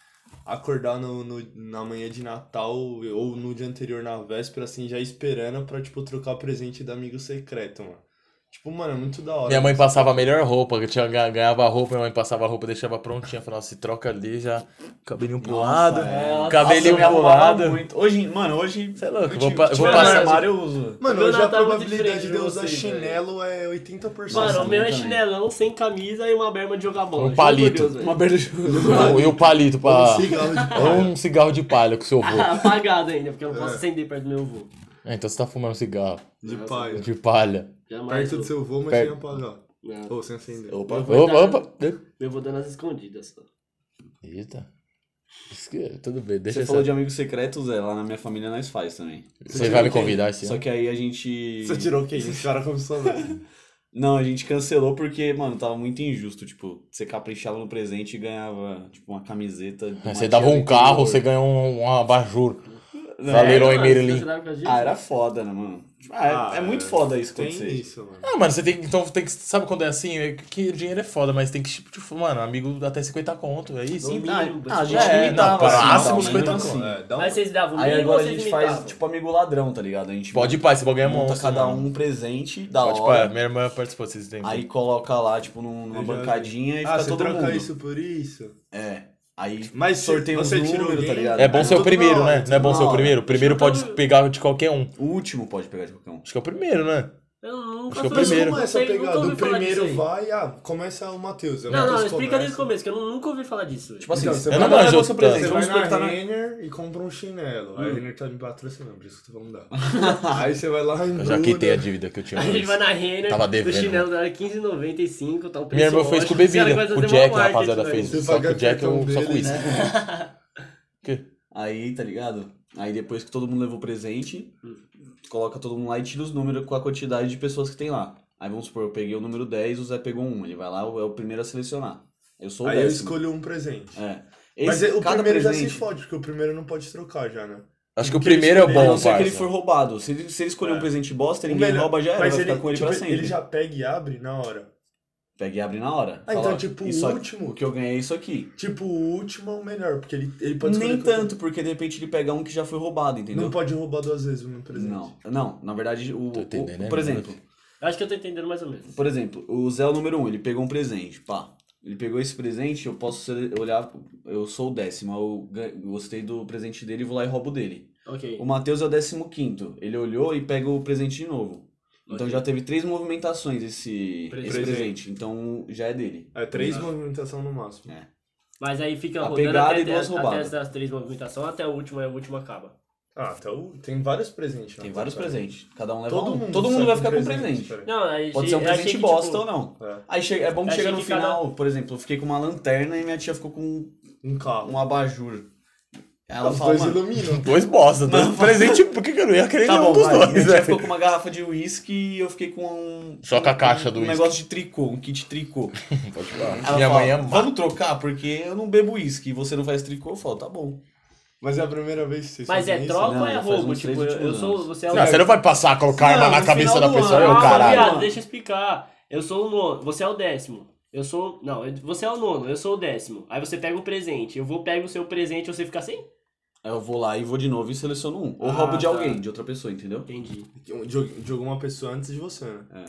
[SPEAKER 4] Acordar no, no- na manhã de Natal ou no dia anterior, na véspera, assim, já esperando pra, tipo, trocar presente do amigo secreto, mano. Tipo, mano, é muito da hora.
[SPEAKER 3] Minha mãe passava a melhor roupa, que tinha, ga- ganhava a roupa, minha mãe passava a roupa, deixava prontinha, falava, se troca ali, já cabelinho pro
[SPEAKER 1] Nossa,
[SPEAKER 3] lado,
[SPEAKER 1] é. Nossa, eu
[SPEAKER 3] cabelinho
[SPEAKER 1] me
[SPEAKER 3] pro
[SPEAKER 1] arrumava
[SPEAKER 3] lado.
[SPEAKER 1] muito. Hoje, mano, hoje.
[SPEAKER 3] Cê é louco,
[SPEAKER 1] eu
[SPEAKER 3] vou
[SPEAKER 1] tiro-
[SPEAKER 3] pa- vou
[SPEAKER 1] tipo, tiver
[SPEAKER 2] passar-
[SPEAKER 1] no armário, eu uso.
[SPEAKER 4] Mano,
[SPEAKER 2] Meu
[SPEAKER 4] hoje
[SPEAKER 2] Natal
[SPEAKER 4] a
[SPEAKER 2] é muito
[SPEAKER 4] probabilidade
[SPEAKER 2] diferente
[SPEAKER 4] de
[SPEAKER 2] de
[SPEAKER 4] eu usar
[SPEAKER 2] vocês,
[SPEAKER 4] chinelo é 80%.
[SPEAKER 2] Mano, o meu é
[SPEAKER 1] também.
[SPEAKER 2] chinelão, sem camisa e uma berma de jogar bola.
[SPEAKER 3] Um
[SPEAKER 2] Juro por
[SPEAKER 3] palito. um,
[SPEAKER 2] Deus, velho.
[SPEAKER 1] perda de.
[SPEAKER 3] E o palito pra.
[SPEAKER 4] Um cigarro de
[SPEAKER 3] Ou
[SPEAKER 4] pau.
[SPEAKER 3] um cigarro de palha com seu avô.
[SPEAKER 2] Apagado ainda, porque eu não posso acender perto do meu avô.
[SPEAKER 3] É, então você tá fumando cigarro
[SPEAKER 4] De pai.
[SPEAKER 3] de palha.
[SPEAKER 2] Jamais.
[SPEAKER 4] Perto do
[SPEAKER 2] eu-
[SPEAKER 4] seu vô, mas
[SPEAKER 3] Perto.
[SPEAKER 4] sem apagar.
[SPEAKER 2] Não,
[SPEAKER 4] Ou sem acender.
[SPEAKER 3] Opa,
[SPEAKER 2] vou
[SPEAKER 3] opa,
[SPEAKER 2] dar-
[SPEAKER 3] opa.
[SPEAKER 2] Meu avô dando as escondidas só.
[SPEAKER 3] Eita. Isso que- é, Tudo bem, deixa
[SPEAKER 1] Você
[SPEAKER 3] essa.
[SPEAKER 1] falou de amigo secreto, Zé. Lá na minha família nós faz também.
[SPEAKER 3] Você vai me convidar esse
[SPEAKER 1] Só
[SPEAKER 3] ano?
[SPEAKER 1] que aí a gente.
[SPEAKER 4] Você tirou o que? Esse cara começou a ver.
[SPEAKER 1] Não, a gente cancelou porque, mano, tava muito injusto. Tipo, você caprichava no presente e ganhava, tipo, uma camiseta. de
[SPEAKER 3] Aí
[SPEAKER 1] uma
[SPEAKER 3] Você dava
[SPEAKER 1] tia
[SPEAKER 3] um
[SPEAKER 1] do
[SPEAKER 3] carro,
[SPEAKER 1] interior.
[SPEAKER 3] você ganhou um, um abajur.
[SPEAKER 1] é Não, é,
[SPEAKER 3] Valeu. Leroy
[SPEAKER 2] Mano,
[SPEAKER 3] Merlin.
[SPEAKER 2] você sabe por causa disso?
[SPEAKER 1] Ah, era foda, né, mano? Tipo, ah, é- é, muito foda isso
[SPEAKER 4] Tem
[SPEAKER 1] acontecer.
[SPEAKER 4] isso, mano.
[SPEAKER 3] Ah, mano, você tem que. Então tem que. Sabe quando é assim? É que dinheiro é foda, mas tem que, tipo, tipo, mano, amigo até 50 conto. Aí sim.
[SPEAKER 2] Domingo,
[SPEAKER 3] dá.
[SPEAKER 2] mas
[SPEAKER 3] ah, a
[SPEAKER 2] tipo,
[SPEAKER 3] gente
[SPEAKER 1] é,
[SPEAKER 3] limitava.
[SPEAKER 1] não, assim,
[SPEAKER 3] Máximo
[SPEAKER 1] não,
[SPEAKER 3] 50
[SPEAKER 1] mas
[SPEAKER 3] conto.
[SPEAKER 1] assim.
[SPEAKER 4] É, dá um...
[SPEAKER 2] Mas vocês davam
[SPEAKER 1] Aí
[SPEAKER 2] mil
[SPEAKER 1] agora a
[SPEAKER 2] ou vocês
[SPEAKER 1] gente faz,
[SPEAKER 2] imitavam?
[SPEAKER 1] tipo, amigo ladrão, tá ligado? A gente
[SPEAKER 3] Pode ir, pai, você ganha
[SPEAKER 1] monta
[SPEAKER 3] monstro.
[SPEAKER 1] cada
[SPEAKER 3] mano.
[SPEAKER 1] um um presente da
[SPEAKER 3] Pode ir,
[SPEAKER 1] hora.
[SPEAKER 3] pai. Minha irmã participou, vocês têm.
[SPEAKER 1] Aí coloca lá, tipo, num- numa
[SPEAKER 4] Eu já-
[SPEAKER 1] bancadinha e
[SPEAKER 4] Ah,
[SPEAKER 1] fica
[SPEAKER 4] você
[SPEAKER 1] todo
[SPEAKER 4] troca
[SPEAKER 1] mundo.
[SPEAKER 4] isso por isso?
[SPEAKER 1] É. Aí
[SPEAKER 4] Mas se
[SPEAKER 1] sorteia os
[SPEAKER 4] você tira
[SPEAKER 1] números, tá
[SPEAKER 4] alguém-
[SPEAKER 1] ligado?
[SPEAKER 3] É bom ser o
[SPEAKER 4] tudo
[SPEAKER 3] primeiro,
[SPEAKER 4] na
[SPEAKER 3] né?
[SPEAKER 4] hora,
[SPEAKER 3] Não é
[SPEAKER 4] tudo
[SPEAKER 3] bom
[SPEAKER 1] na
[SPEAKER 3] ser o
[SPEAKER 1] hora.
[SPEAKER 3] primeiro. O primeiro
[SPEAKER 2] Acho que
[SPEAKER 3] pode
[SPEAKER 2] eu-
[SPEAKER 3] pegar de qualquer um.
[SPEAKER 1] O último pode pegar de qualquer um.
[SPEAKER 3] Acho que é o primeiro, né?
[SPEAKER 2] Eu nunca
[SPEAKER 3] Acho que é o
[SPEAKER 2] fui-
[SPEAKER 4] Mas
[SPEAKER 3] primeiro.
[SPEAKER 4] como é
[SPEAKER 2] não
[SPEAKER 4] essa
[SPEAKER 2] sei, nunca
[SPEAKER 4] pegada?
[SPEAKER 2] ouvi
[SPEAKER 4] O
[SPEAKER 2] falar
[SPEAKER 4] primeiro
[SPEAKER 2] disso aí.
[SPEAKER 4] vai, ah, começa o Matheus. aí o
[SPEAKER 2] Não,
[SPEAKER 4] Matheus
[SPEAKER 2] não, explica
[SPEAKER 4] começa.
[SPEAKER 2] desde o começo, que eu não- nunca ouvi falar disso. velho.
[SPEAKER 1] Tipo assim,
[SPEAKER 4] Então,
[SPEAKER 1] você
[SPEAKER 4] você
[SPEAKER 1] vai
[SPEAKER 4] vai-
[SPEAKER 1] lá,
[SPEAKER 3] Mas
[SPEAKER 1] leva
[SPEAKER 3] eu-
[SPEAKER 1] seu
[SPEAKER 4] Você
[SPEAKER 1] presente. Vamos
[SPEAKER 4] vai
[SPEAKER 1] supor que tá
[SPEAKER 4] na
[SPEAKER 1] na...
[SPEAKER 4] Renner e compra um chinelo. A Renner tá me patrocinando, por isso que eu tô falando dela. Aí você vai lá em
[SPEAKER 3] Eu já quitei a dívida que eu tinha.
[SPEAKER 2] A gente vai na Renner,
[SPEAKER 3] Tava
[SPEAKER 2] o
[SPEAKER 3] devendo,
[SPEAKER 2] chinelo dela era 15,95, tá um preço
[SPEAKER 3] Minha irmã fez
[SPEAKER 2] ótimo.
[SPEAKER 3] com
[SPEAKER 2] Cara,
[SPEAKER 3] bebida.
[SPEAKER 2] vai fazer
[SPEAKER 3] O
[SPEAKER 2] uma
[SPEAKER 3] Jack, a
[SPEAKER 2] marketing,
[SPEAKER 3] rapaziada,
[SPEAKER 2] velho.
[SPEAKER 3] fez.
[SPEAKER 4] Você
[SPEAKER 3] Só que
[SPEAKER 4] paga
[SPEAKER 3] o Jack eu
[SPEAKER 4] cartão
[SPEAKER 3] só com
[SPEAKER 4] dele,
[SPEAKER 3] isso.
[SPEAKER 1] né? Aí, tá ligado? Aí depois que todo mundo levou o presente, coloca todo mundo lá e tira os números com a quantidade de pessoas que tem lá. Aí vamos supor, eu peguei o número 10, o Zé pegou um. Ele vai lá, é o primeiro a selecionar. Eu sou o
[SPEAKER 4] Aí eu
[SPEAKER 1] décimo.
[SPEAKER 4] escolho um presente.
[SPEAKER 1] É.
[SPEAKER 4] Mas
[SPEAKER 1] Esse-
[SPEAKER 4] o
[SPEAKER 1] cada
[SPEAKER 4] primeiro
[SPEAKER 1] presente,
[SPEAKER 4] já se fode, porque o primeiro não pode trocar já, né?
[SPEAKER 3] Acho que o primeiro é
[SPEAKER 1] a não
[SPEAKER 3] bom,
[SPEAKER 1] ser que ele
[SPEAKER 3] parça.
[SPEAKER 1] for roubado. Se ele, se ele escolher um
[SPEAKER 4] É.
[SPEAKER 1] presente bosta,
[SPEAKER 4] O
[SPEAKER 1] ninguém
[SPEAKER 4] melhor-
[SPEAKER 1] rouba já era, vai
[SPEAKER 4] mas
[SPEAKER 1] ficar com ele
[SPEAKER 4] tipo,
[SPEAKER 1] pra sempre.
[SPEAKER 4] Ele já pega e abre na hora.
[SPEAKER 1] Pega e abre na hora.
[SPEAKER 4] Ah,
[SPEAKER 1] Fala,
[SPEAKER 4] então,
[SPEAKER 1] ó,
[SPEAKER 4] tipo, o
[SPEAKER 1] isso aqui-
[SPEAKER 4] último?
[SPEAKER 1] O que eu ganhei é isso aqui.
[SPEAKER 4] Tipo, o último é o melhor, porque ele, ele pode escolher
[SPEAKER 1] Nem
[SPEAKER 4] qualquer-
[SPEAKER 1] tanto, porque de repente ele pega um que já foi roubado, entendeu?
[SPEAKER 4] Não pode roubar duas vezes o meu presente.
[SPEAKER 1] Não, não, na verdade, o,
[SPEAKER 3] Tô
[SPEAKER 1] o-
[SPEAKER 3] entendendo, né,
[SPEAKER 1] por
[SPEAKER 3] mano?
[SPEAKER 1] exemplo,
[SPEAKER 2] Eu Acho que eu tô entendendo mais ou menos.
[SPEAKER 1] por exemplo, o Zé é o número um, ele pegou um presente, pá. Ele pegou esse presente, eu posso sele- olhar, eu sou o décimo, eu ga- gostei do presente dele e vou lá e roubo dele.
[SPEAKER 2] Ok.
[SPEAKER 1] O Matheus é o décimo quinto, ele olhou e pega o presente de novo. Então
[SPEAKER 2] Ok.
[SPEAKER 1] já teve três movimentações esse,
[SPEAKER 2] Presente.
[SPEAKER 1] esse presente, então já é dele.
[SPEAKER 4] É três
[SPEAKER 2] Ah.
[SPEAKER 4] movimentações no máximo.
[SPEAKER 1] É.
[SPEAKER 2] Mas aí fica
[SPEAKER 1] A
[SPEAKER 2] rodando
[SPEAKER 1] pegada
[SPEAKER 2] até,
[SPEAKER 1] e duas
[SPEAKER 2] até,
[SPEAKER 1] roubadas.
[SPEAKER 2] essas três movimentações, até o último, aí o último acaba.
[SPEAKER 4] Ah, então tem vários presentes. né?
[SPEAKER 1] Tem vários
[SPEAKER 4] Cara.
[SPEAKER 1] presentes, cada um leva
[SPEAKER 4] Todo
[SPEAKER 1] um.
[SPEAKER 4] mundo,
[SPEAKER 1] Todo mundo
[SPEAKER 4] sai
[SPEAKER 1] vai ficar com um
[SPEAKER 4] presente,
[SPEAKER 1] presente.
[SPEAKER 4] cara.
[SPEAKER 2] Não, aí
[SPEAKER 1] Pode ser um
[SPEAKER 2] achei- achei
[SPEAKER 1] presente
[SPEAKER 2] que,
[SPEAKER 1] bosta
[SPEAKER 2] tipo,
[SPEAKER 1] ou não.
[SPEAKER 4] É.
[SPEAKER 1] Aí chega- é bom que
[SPEAKER 2] Achei
[SPEAKER 1] chega no
[SPEAKER 2] que cada-
[SPEAKER 1] final, por exemplo, eu fiquei com uma lanterna e minha tia ficou com
[SPEAKER 4] Um carro.
[SPEAKER 1] um abajur. Ela
[SPEAKER 4] Os
[SPEAKER 1] fala,
[SPEAKER 4] dois
[SPEAKER 1] mano,
[SPEAKER 4] iluminam.
[SPEAKER 3] Dois bosta, dois presente. Por que que eu não ia querer
[SPEAKER 1] tá
[SPEAKER 4] um
[SPEAKER 3] nenhum
[SPEAKER 1] bom,
[SPEAKER 3] dos
[SPEAKER 1] vai.
[SPEAKER 3] dois, né?
[SPEAKER 1] Minha
[SPEAKER 4] né?
[SPEAKER 1] tia ficou
[SPEAKER 3] velho?
[SPEAKER 1] com uma garrafa de uísque e eu fiquei com um...
[SPEAKER 3] Só com a
[SPEAKER 1] um-
[SPEAKER 3] caixa do
[SPEAKER 1] Um
[SPEAKER 3] uísque.
[SPEAKER 1] negócio de tricô, um kit tricô.
[SPEAKER 3] Pode falar.
[SPEAKER 1] Ela
[SPEAKER 3] Minha
[SPEAKER 1] fala,
[SPEAKER 3] mãe é má.
[SPEAKER 1] vamos trocar, porque eu não bebo uísque e você não faz tricô. Eu falo, tá bom.
[SPEAKER 4] Mas é a primeira vez que vocês
[SPEAKER 2] Mas
[SPEAKER 4] fazem
[SPEAKER 2] é
[SPEAKER 4] isso,
[SPEAKER 2] troca
[SPEAKER 1] Não,
[SPEAKER 2] ou é
[SPEAKER 1] já faz
[SPEAKER 2] roubo?
[SPEAKER 1] uns três
[SPEAKER 2] Tipo, eu, eu
[SPEAKER 1] últimos
[SPEAKER 2] sou.
[SPEAKER 1] anos.
[SPEAKER 2] Você é o.
[SPEAKER 3] Não, você não vai passar a colocar arma
[SPEAKER 1] Não,
[SPEAKER 3] na
[SPEAKER 1] no
[SPEAKER 3] cabeça
[SPEAKER 1] final
[SPEAKER 3] da
[SPEAKER 1] do
[SPEAKER 3] pessoa,
[SPEAKER 1] ano.
[SPEAKER 3] eu
[SPEAKER 1] Ah,
[SPEAKER 3] caralho.
[SPEAKER 1] viado.
[SPEAKER 2] viado, deixa eu explicar. Eu sou o nono, você é o décimo. Eu sou. Não, eu- você é o nono, eu sou o décimo. Aí você pega o presente. Eu vou, pego o seu presente e você fica assim? sem?
[SPEAKER 1] Aí eu vou lá e vou de novo e seleciono um. Ou
[SPEAKER 2] Ah,
[SPEAKER 1] roubo de
[SPEAKER 2] tá.
[SPEAKER 1] alguém, de outra pessoa, entendeu?
[SPEAKER 2] Entendi.
[SPEAKER 4] De, de- de alguma pessoa antes de você, né?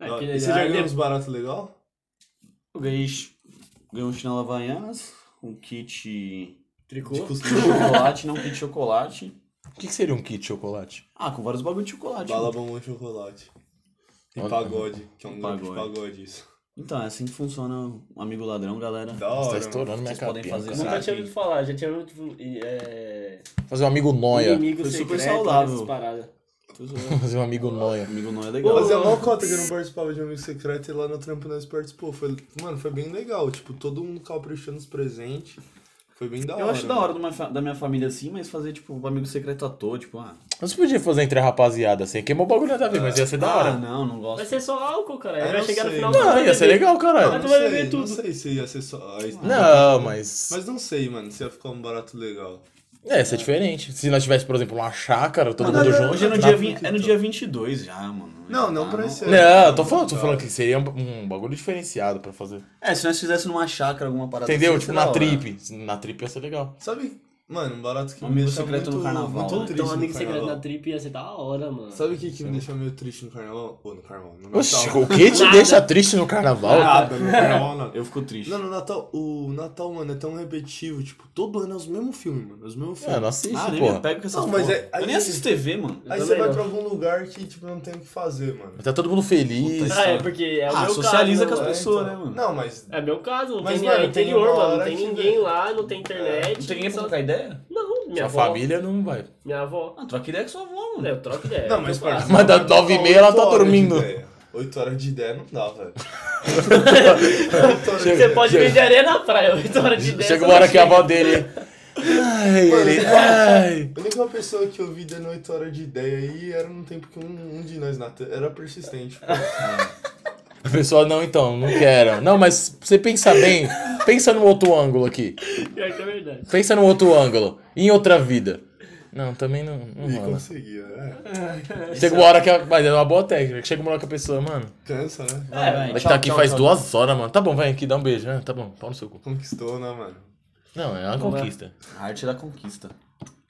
[SPEAKER 2] É,
[SPEAKER 4] Ah,
[SPEAKER 2] porque-
[SPEAKER 4] e você já
[SPEAKER 2] aí
[SPEAKER 4] ganhou
[SPEAKER 2] depois-
[SPEAKER 4] uns baratos legal?
[SPEAKER 1] Eu ganhei, ganhei um chinelo Havaianas, um kit
[SPEAKER 2] Tricô?
[SPEAKER 1] Tipo, chocolate, não kit chocolate.
[SPEAKER 3] O que, que seria um kit de chocolate?
[SPEAKER 1] Ah, com vários bagulho de chocolate.
[SPEAKER 4] Bala,
[SPEAKER 1] mano.
[SPEAKER 4] bombom e chocolate. E
[SPEAKER 3] Olha.
[SPEAKER 4] pagode, que é um grupo de
[SPEAKER 1] Pagode.
[SPEAKER 4] pagode isso.
[SPEAKER 1] Então, é assim que funciona o amigo ladrão, galera.
[SPEAKER 4] Da
[SPEAKER 3] Você tá
[SPEAKER 4] hora. mano.
[SPEAKER 3] estourando minha
[SPEAKER 1] Vocês podem
[SPEAKER 3] capinha,
[SPEAKER 1] fazer
[SPEAKER 3] cara.
[SPEAKER 1] isso.
[SPEAKER 2] Nunca tinha
[SPEAKER 1] Sabe?
[SPEAKER 2] ouvido falar, já tinha ouvido. e, É,
[SPEAKER 3] Fazer um amigo noia.
[SPEAKER 2] Inimigo
[SPEAKER 1] Foi super
[SPEAKER 2] secreto,
[SPEAKER 1] saudável.
[SPEAKER 2] essas paradas.
[SPEAKER 3] Fazer um amigo noia.
[SPEAKER 1] Amigo não é legal.
[SPEAKER 4] Fazia uma cota que eu não participava de um Amigo Secreto e lá no trampo nós participou. Foi, mano, foi bem legal. Tipo, todo mundo caprichando os presentes. Foi bem da hora. né?
[SPEAKER 1] Eu acho da
[SPEAKER 4] mano.
[SPEAKER 1] hora de uma fa- da minha família assim, mas fazer, tipo, um amigo secreto à toa, tipo, ah.
[SPEAKER 3] Mas você podia fazer entre a rapaziada, assim. Queimou o bagulho nada a ver, mas ia
[SPEAKER 4] É
[SPEAKER 3] ser da
[SPEAKER 1] ah,
[SPEAKER 3] hora.
[SPEAKER 1] não, não gosto.
[SPEAKER 2] Vai ser só álcool,
[SPEAKER 1] É,
[SPEAKER 2] cara.
[SPEAKER 4] Ah,
[SPEAKER 2] Ele vai
[SPEAKER 4] não
[SPEAKER 2] chegar no
[SPEAKER 4] sei.
[SPEAKER 2] final do
[SPEAKER 3] Não, ia ser legal,
[SPEAKER 4] Não,
[SPEAKER 3] caralho.
[SPEAKER 2] tu
[SPEAKER 4] não,
[SPEAKER 2] vai
[SPEAKER 4] sei,
[SPEAKER 2] beber tudo.
[SPEAKER 4] não sei se ia ser só. ah, isso-
[SPEAKER 3] Não, mas.
[SPEAKER 4] Mas não sei, mano, se ia ficar um barato legal.
[SPEAKER 3] É, ia ser diferente. Se nós tivéssemos, por exemplo, uma chácara, todo
[SPEAKER 1] Mano,
[SPEAKER 3] mundo
[SPEAKER 1] é-
[SPEAKER 3] junto. tá?
[SPEAKER 1] é no,
[SPEAKER 3] na-
[SPEAKER 1] dia vin- é no
[SPEAKER 4] então.
[SPEAKER 1] dia 22 já, mano.
[SPEAKER 4] Não, não é.
[SPEAKER 1] Ah,
[SPEAKER 4] pra esse ano.
[SPEAKER 3] Não, eu tô falando, tô falando que seria um, um bagulho diferenciado pra fazer.
[SPEAKER 1] É, se nós fizéssemos uma chácara, alguma parada
[SPEAKER 3] Entendeu?
[SPEAKER 1] assim,
[SPEAKER 3] Tipo,
[SPEAKER 1] ia ser
[SPEAKER 3] na
[SPEAKER 1] da hora.
[SPEAKER 3] trip. Na trip ia ser legal.
[SPEAKER 4] Sabe, mano, um barato que
[SPEAKER 1] Um
[SPEAKER 4] me
[SPEAKER 1] amigo
[SPEAKER 4] deixa
[SPEAKER 1] secreto
[SPEAKER 4] muito,
[SPEAKER 1] no carnaval,
[SPEAKER 4] muito
[SPEAKER 1] né?
[SPEAKER 4] triste
[SPEAKER 2] Então,
[SPEAKER 4] no
[SPEAKER 2] amigo secreto
[SPEAKER 4] carnaval.
[SPEAKER 2] na trip ia ser da hora, mano.
[SPEAKER 4] Sabe o que, que me deixa meio triste no carnaval? Ou no carnaval, no
[SPEAKER 3] Oxi,
[SPEAKER 4] Natal.
[SPEAKER 3] o que te
[SPEAKER 2] Nada.
[SPEAKER 3] deixa triste no
[SPEAKER 1] Ah,
[SPEAKER 3] carnaval?
[SPEAKER 4] Nada, no carnaval não.
[SPEAKER 1] Eu fico triste.
[SPEAKER 4] Não, no Natal, o Natal, mano, é tão repetitivo. Tipo, todo ano é os mesmos filmes, mano. Os mesmos
[SPEAKER 3] É,
[SPEAKER 4] filmes.
[SPEAKER 3] não assiste,
[SPEAKER 1] ah, nem me
[SPEAKER 3] porra.
[SPEAKER 1] apego com essas
[SPEAKER 4] Não, mas
[SPEAKER 1] porra.
[SPEAKER 4] é- aí-
[SPEAKER 1] Eu nem assisto TV, mano.
[SPEAKER 4] Aí
[SPEAKER 2] Eu
[SPEAKER 4] você
[SPEAKER 2] também
[SPEAKER 4] vai
[SPEAKER 2] não.
[SPEAKER 4] pra algum lugar que, tipo, não tem o que fazer, mano. Então,
[SPEAKER 3] Tá todo mundo feliz.
[SPEAKER 1] Puta,
[SPEAKER 2] Ah, é, porque é o
[SPEAKER 1] Ah,
[SPEAKER 2] meu
[SPEAKER 1] socializa
[SPEAKER 2] caso,
[SPEAKER 1] É com
[SPEAKER 2] né,
[SPEAKER 1] as
[SPEAKER 2] mano?
[SPEAKER 1] pessoas, né, mano?
[SPEAKER 4] Não, mas.
[SPEAKER 2] É meu caso, não
[SPEAKER 4] Mas,
[SPEAKER 2] tem
[SPEAKER 4] mano,
[SPEAKER 2] é
[SPEAKER 4] tem
[SPEAKER 2] interior,
[SPEAKER 4] uma
[SPEAKER 2] mano. Não
[SPEAKER 4] hora
[SPEAKER 2] tem
[SPEAKER 4] que-
[SPEAKER 2] ninguém lá, não tem internet.
[SPEAKER 1] Não tem ninguém pra
[SPEAKER 2] só-
[SPEAKER 1] trocar ideia?
[SPEAKER 2] Não, minha
[SPEAKER 3] Sua
[SPEAKER 2] avó.
[SPEAKER 3] família não vai.
[SPEAKER 2] Minha avó.
[SPEAKER 1] Ah, troca ideia com sua avó, mano.
[SPEAKER 2] Eu troco ideia.
[SPEAKER 4] Não, mas,
[SPEAKER 2] eu faço.
[SPEAKER 4] parça.
[SPEAKER 3] Mas das nove e meia ela tá dormindo.
[SPEAKER 4] 8 horas de ideia não dá, velho.
[SPEAKER 2] Você pode
[SPEAKER 3] Chega.
[SPEAKER 2] vender areia na praia, 8 horas de ideia.
[SPEAKER 3] Chega uma hora que a avó dele. Ai, ele. Ai.
[SPEAKER 4] A única pessoa que eu vi dando 8 horas de ideia aí era num tempo que um, um de nós na te- era persistente. pô.
[SPEAKER 3] A pessoa, não, então, não quero. Não, mas você pensa bem. Pensa num outro ângulo aqui.
[SPEAKER 2] Pior que é verdade.
[SPEAKER 3] Pensa num outro ângulo. Em outra vida. Não, também não, não
[SPEAKER 4] E
[SPEAKER 3] rola.
[SPEAKER 4] conseguia, é.
[SPEAKER 3] Chega uma hora que. a- Mas é uma boa técnica. Chega uma hora que a pessoa, mano.
[SPEAKER 4] Cansa, né?
[SPEAKER 1] Vai, vai.
[SPEAKER 2] É,
[SPEAKER 3] Ela que
[SPEAKER 1] Tchau,
[SPEAKER 3] tá aqui
[SPEAKER 1] tchau,
[SPEAKER 3] faz
[SPEAKER 1] tchau.
[SPEAKER 3] duas horas, mano. Tá bom, vai aqui, dá um beijo. né? Tá bom, pau no seu cu.
[SPEAKER 4] Conquistou, né, mano?
[SPEAKER 3] Não, é uma
[SPEAKER 2] Vamos lá.
[SPEAKER 3] conquista.
[SPEAKER 1] A arte da conquista.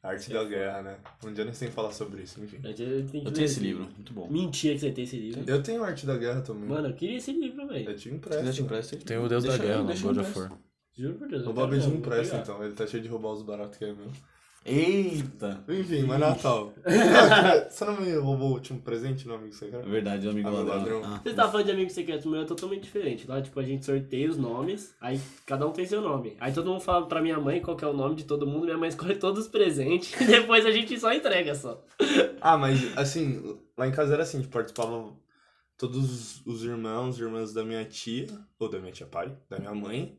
[SPEAKER 4] Arte da guerra, né? Um dia nós temos que falar sobre isso, enfim.
[SPEAKER 2] Eu tenho,
[SPEAKER 1] Eu
[SPEAKER 2] eu tenho que
[SPEAKER 1] tenho
[SPEAKER 2] ler
[SPEAKER 1] esse livro, muito bom.
[SPEAKER 2] Mentira que você tem esse livro.
[SPEAKER 4] Eu tenho arte da guerra também.
[SPEAKER 2] Mano, eu queria esse livro,
[SPEAKER 4] Eu
[SPEAKER 2] velho.
[SPEAKER 4] te
[SPEAKER 1] Se quiser
[SPEAKER 4] empresto.
[SPEAKER 1] te empresto, eu te-
[SPEAKER 3] Tem o Deus
[SPEAKER 1] Deixa
[SPEAKER 3] da
[SPEAKER 1] eu-
[SPEAKER 3] Guerra,
[SPEAKER 1] deixa eu
[SPEAKER 3] God of
[SPEAKER 1] empresto.
[SPEAKER 3] War.
[SPEAKER 2] Juro por Deus.
[SPEAKER 4] O
[SPEAKER 2] eu quero,
[SPEAKER 4] Bob de
[SPEAKER 1] um
[SPEAKER 2] não, vou
[SPEAKER 4] empresta,
[SPEAKER 2] pegar.
[SPEAKER 4] então. Ele tá cheio de roubar os baratos que é meu.
[SPEAKER 1] Eita!
[SPEAKER 4] Enfim, mas Natal. Não, Você não me roubou o último presente, não, amigo
[SPEAKER 1] É
[SPEAKER 4] secreto?
[SPEAKER 3] um
[SPEAKER 1] verdade, amigo
[SPEAKER 4] Amigo
[SPEAKER 1] ladrão.
[SPEAKER 4] ladrão.
[SPEAKER 1] Ah.
[SPEAKER 2] Você tá falando de amigo secreto, o meu é totalmente diferente. Lá, tipo, a gente sorteia os nomes, aí cada um tem seu nome. Aí todo mundo fala pra minha mãe qual que é o nome de todo mundo, minha mãe escolhe todos os presentes, e depois a gente só entrega só.
[SPEAKER 4] Ah, mas assim, lá em casa era assim, tipo, participavam todos os irmãos, irmãs da minha tia, ou da minha tia pai, da minha mãe,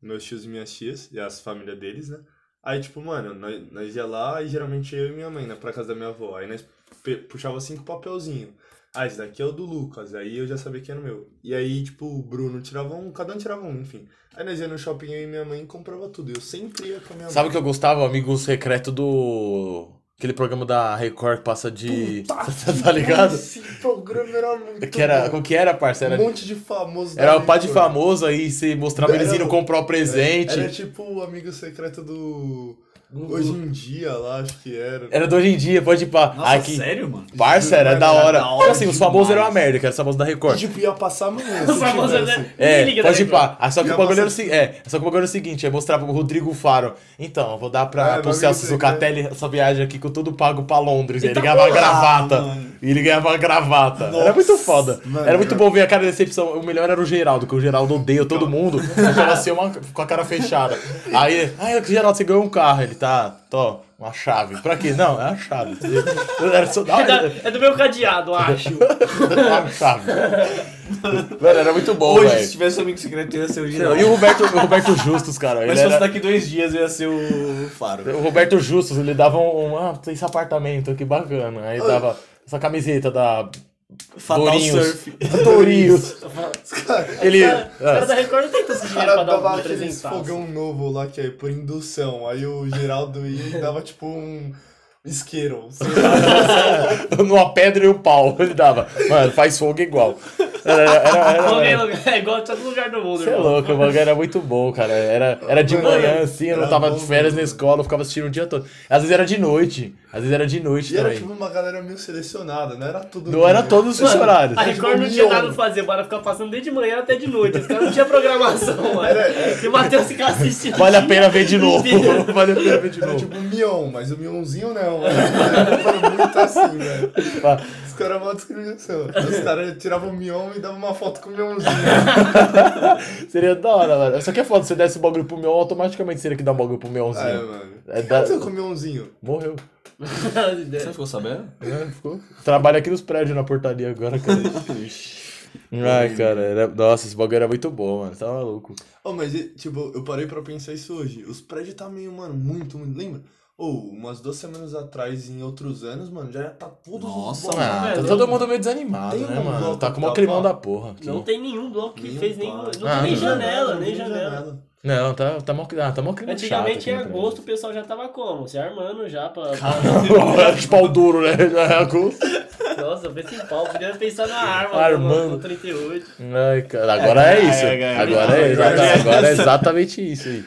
[SPEAKER 4] meus tios e minhas tias, e as famílias deles, né? Aí, tipo, mano, nós, nós ia lá e geralmente eu e minha mãe, né, pra casa da minha avó. Aí nós pe- puxava cinco papelzinhos. Ah, esse daqui é o do Lucas, aí eu já sabia que era o meu. E aí, tipo, o Bruno tirava um, cada um tirava um, enfim. Aí nós ia no shopping eu e minha mãe e comprava tudo. Eu sempre ia com a minha
[SPEAKER 3] Sabe o
[SPEAKER 4] mãe.
[SPEAKER 3] que eu gostava? O Amigo Secreto do. Aquele programa da Record que passa de. tá ligado? É
[SPEAKER 4] Esse programa era muito
[SPEAKER 3] Que era,
[SPEAKER 4] bom.
[SPEAKER 3] qual que era, parceiro?
[SPEAKER 4] Um monte de famoso. da
[SPEAKER 3] Era o pai de
[SPEAKER 4] Record.
[SPEAKER 3] famoso aí, você mostrava eles
[SPEAKER 4] Era
[SPEAKER 3] indo
[SPEAKER 4] o-
[SPEAKER 3] comprar o presente.
[SPEAKER 4] Era tipo o amigo secreto do. Hoje em dia lá, acho que era.
[SPEAKER 3] Era do hoje em dia, pode ir pra.
[SPEAKER 1] Nossa,
[SPEAKER 3] Ah, Aqui.
[SPEAKER 1] sério, mano?
[SPEAKER 3] Parça, era
[SPEAKER 4] Era
[SPEAKER 3] da
[SPEAKER 4] da
[SPEAKER 3] hora.
[SPEAKER 4] hora
[SPEAKER 3] assim, os famosos
[SPEAKER 1] demais.
[SPEAKER 3] eram uma merda, que era os famosos da
[SPEAKER 4] E,
[SPEAKER 3] Record.
[SPEAKER 4] tipo, ia passar amanhã.
[SPEAKER 2] Os
[SPEAKER 4] se
[SPEAKER 2] famosos,
[SPEAKER 4] tivesse.
[SPEAKER 2] né?
[SPEAKER 3] assim, É,
[SPEAKER 2] Ninguém liga
[SPEAKER 3] pode
[SPEAKER 2] na
[SPEAKER 3] ir pra. Ah, só que
[SPEAKER 4] Ia
[SPEAKER 3] o bagulho era o
[SPEAKER 4] passar-
[SPEAKER 3] seguinte. É, só que o bagulho era o seguinte, é mostrar pro Rodrigo Faro. Então, eu vou dar
[SPEAKER 4] É,
[SPEAKER 3] pra, pro
[SPEAKER 4] bagulho
[SPEAKER 3] Celso
[SPEAKER 4] secreto.
[SPEAKER 3] Zucatelli essa viagem aqui com tudo pago pra Londres. Ele
[SPEAKER 2] Eita
[SPEAKER 3] ganhava uma
[SPEAKER 2] porra,
[SPEAKER 3] gravata.
[SPEAKER 4] mano.
[SPEAKER 3] E ele ganhava uma gravata.
[SPEAKER 4] Nossa,
[SPEAKER 3] era muito foda.
[SPEAKER 4] mano,
[SPEAKER 3] era muito
[SPEAKER 4] cara.
[SPEAKER 3] bom ver a cara de decepção. O melhor era o Geraldo, que o Geraldo odeia
[SPEAKER 4] Então.
[SPEAKER 3] todo mundo. Mas tava assim uma, com a cara fechada. Aí, ai, Geraldo, você ganhou um carro. Ele tá, tô, uma chave. Pra quê? Não, é a chave. Era só,
[SPEAKER 2] É, da- é do meu cadeado, eu acho.
[SPEAKER 3] uma chave. Mano, era muito bom,
[SPEAKER 1] Hoje,
[SPEAKER 3] velho.
[SPEAKER 1] se tivesse um amigo secreto, eu ia ser o
[SPEAKER 3] Não,
[SPEAKER 1] Geraldo.
[SPEAKER 3] E o Roberto, o Roberto Justus, cara. Ele
[SPEAKER 1] Mas tá se fosse
[SPEAKER 3] era,
[SPEAKER 1] daqui dois dias, eu ia ser o Faro.
[SPEAKER 3] O Roberto Justus, ele dava um. Ah, tem esse apartamento, que bacana. Aí dava essa camiseta da.
[SPEAKER 1] Fatal
[SPEAKER 3] Dourinhos.
[SPEAKER 1] Surf.
[SPEAKER 3] Dourinhos. Ele. ah,
[SPEAKER 2] Os caras da Record não tem tanto
[SPEAKER 4] O
[SPEAKER 2] dinheiro pra
[SPEAKER 4] cara
[SPEAKER 2] dar um
[SPEAKER 4] dava aquele
[SPEAKER 2] 300.
[SPEAKER 4] fogão novo lá que é por indução. Aí o Geraldo ia e dava tipo um. Isqueiro. sei lá.
[SPEAKER 3] numa pedra e um pau. Ele dava. Mano, faz fogo igual. Era, era, era,
[SPEAKER 2] Qualquer
[SPEAKER 3] era,
[SPEAKER 2] lugar, é igual a todo lugar do mundo,
[SPEAKER 3] Você é
[SPEAKER 2] irmão.
[SPEAKER 3] louco, o bagulho era muito bom, cara. Era, era de
[SPEAKER 4] Mano,
[SPEAKER 3] manhã, assim, eu não
[SPEAKER 4] era
[SPEAKER 3] tava
[SPEAKER 4] bom,
[SPEAKER 3] de férias na
[SPEAKER 4] mano.
[SPEAKER 3] escola, eu ficava assistindo o dia todo. Às vezes era de noite, às vezes era de noite
[SPEAKER 4] E era
[SPEAKER 3] também.
[SPEAKER 4] tipo uma galera meio selecionada, não era todo
[SPEAKER 3] Não
[SPEAKER 4] mundo.
[SPEAKER 3] era todos os
[SPEAKER 2] Mano,
[SPEAKER 3] horários.
[SPEAKER 2] A Record não
[SPEAKER 4] Tipo,
[SPEAKER 2] tinha
[SPEAKER 4] milhão.
[SPEAKER 2] nada pra fazer, bora ficar passando desde manhã até de noite. Os caras não tinham programação, mano. E o Matheus ficava assistindo.
[SPEAKER 3] é, Vale a pena ver de novo.
[SPEAKER 2] Inteiro.
[SPEAKER 3] Vale a pena ver de
[SPEAKER 4] Era
[SPEAKER 3] novo.
[SPEAKER 4] tipo um Mion, mas o Mionzinho não. Era Foi muito assim, velho. Os caras eram uma discriminação. Os caras tiravam o Mion e davam uma foto com o Mionzinho.
[SPEAKER 3] Seria da hora, mano. Só que é foda, se você desse o bagulho pro meu, automaticamente seria que dá um bagulho pro
[SPEAKER 4] É,
[SPEAKER 3] meuzinho.
[SPEAKER 4] mano.
[SPEAKER 3] É
[SPEAKER 4] É
[SPEAKER 3] da-
[SPEAKER 4] da... Você com o Mionzinho?
[SPEAKER 3] Morreu.
[SPEAKER 1] Você ficou sabendo?
[SPEAKER 3] É, ficou. Trabalha aqui nos prédios na portaria agora, cara. Ai, cara, era... nossa, esse bagulho era muito bom, mano. Você Tá maluco.
[SPEAKER 4] Oh, mas, e, tipo, eu parei pra pensar isso hoje. Os prédios tá meio, mano, muito, muito. Lembra? Ou, umas duas semanas atrás, em outros anos, mano, já tá todos
[SPEAKER 1] Nossa,
[SPEAKER 4] os blocos-
[SPEAKER 1] mano.
[SPEAKER 3] Ah,
[SPEAKER 2] é
[SPEAKER 3] tá
[SPEAKER 2] louco.
[SPEAKER 3] todo mundo meio desanimado,
[SPEAKER 4] Tem
[SPEAKER 3] né,
[SPEAKER 4] um
[SPEAKER 3] mano?
[SPEAKER 4] bloco
[SPEAKER 3] Tá com o
[SPEAKER 4] pra
[SPEAKER 3] climão
[SPEAKER 4] pau.
[SPEAKER 3] da porra. aqui.
[SPEAKER 2] Não tem nenhum bloco que
[SPEAKER 4] Nenhum
[SPEAKER 2] fez nenhum. Não
[SPEAKER 4] bloco.
[SPEAKER 2] tem
[SPEAKER 3] Ah,
[SPEAKER 2] nem
[SPEAKER 3] não.
[SPEAKER 2] janela,
[SPEAKER 4] não
[SPEAKER 2] nem
[SPEAKER 4] tem
[SPEAKER 2] janela.
[SPEAKER 3] Não, tá, tá mó, ah, tá mó clima
[SPEAKER 2] Antigamente é
[SPEAKER 3] chato
[SPEAKER 2] em
[SPEAKER 3] aqui no
[SPEAKER 2] agosto o pessoal já tava como? Se armando já pra.
[SPEAKER 3] prédio. Era de Tipo, pau duro, né? Já é agosto.
[SPEAKER 2] Nossa, pensa em pau, podia pensar na arma, né,
[SPEAKER 3] Armando.
[SPEAKER 2] mano, no 38.
[SPEAKER 3] Ai, cara, agora é, isso.
[SPEAKER 1] é, é, é.
[SPEAKER 3] agora, é,
[SPEAKER 4] Agora
[SPEAKER 3] exata-
[SPEAKER 4] é
[SPEAKER 3] agora é exatamente isso aí.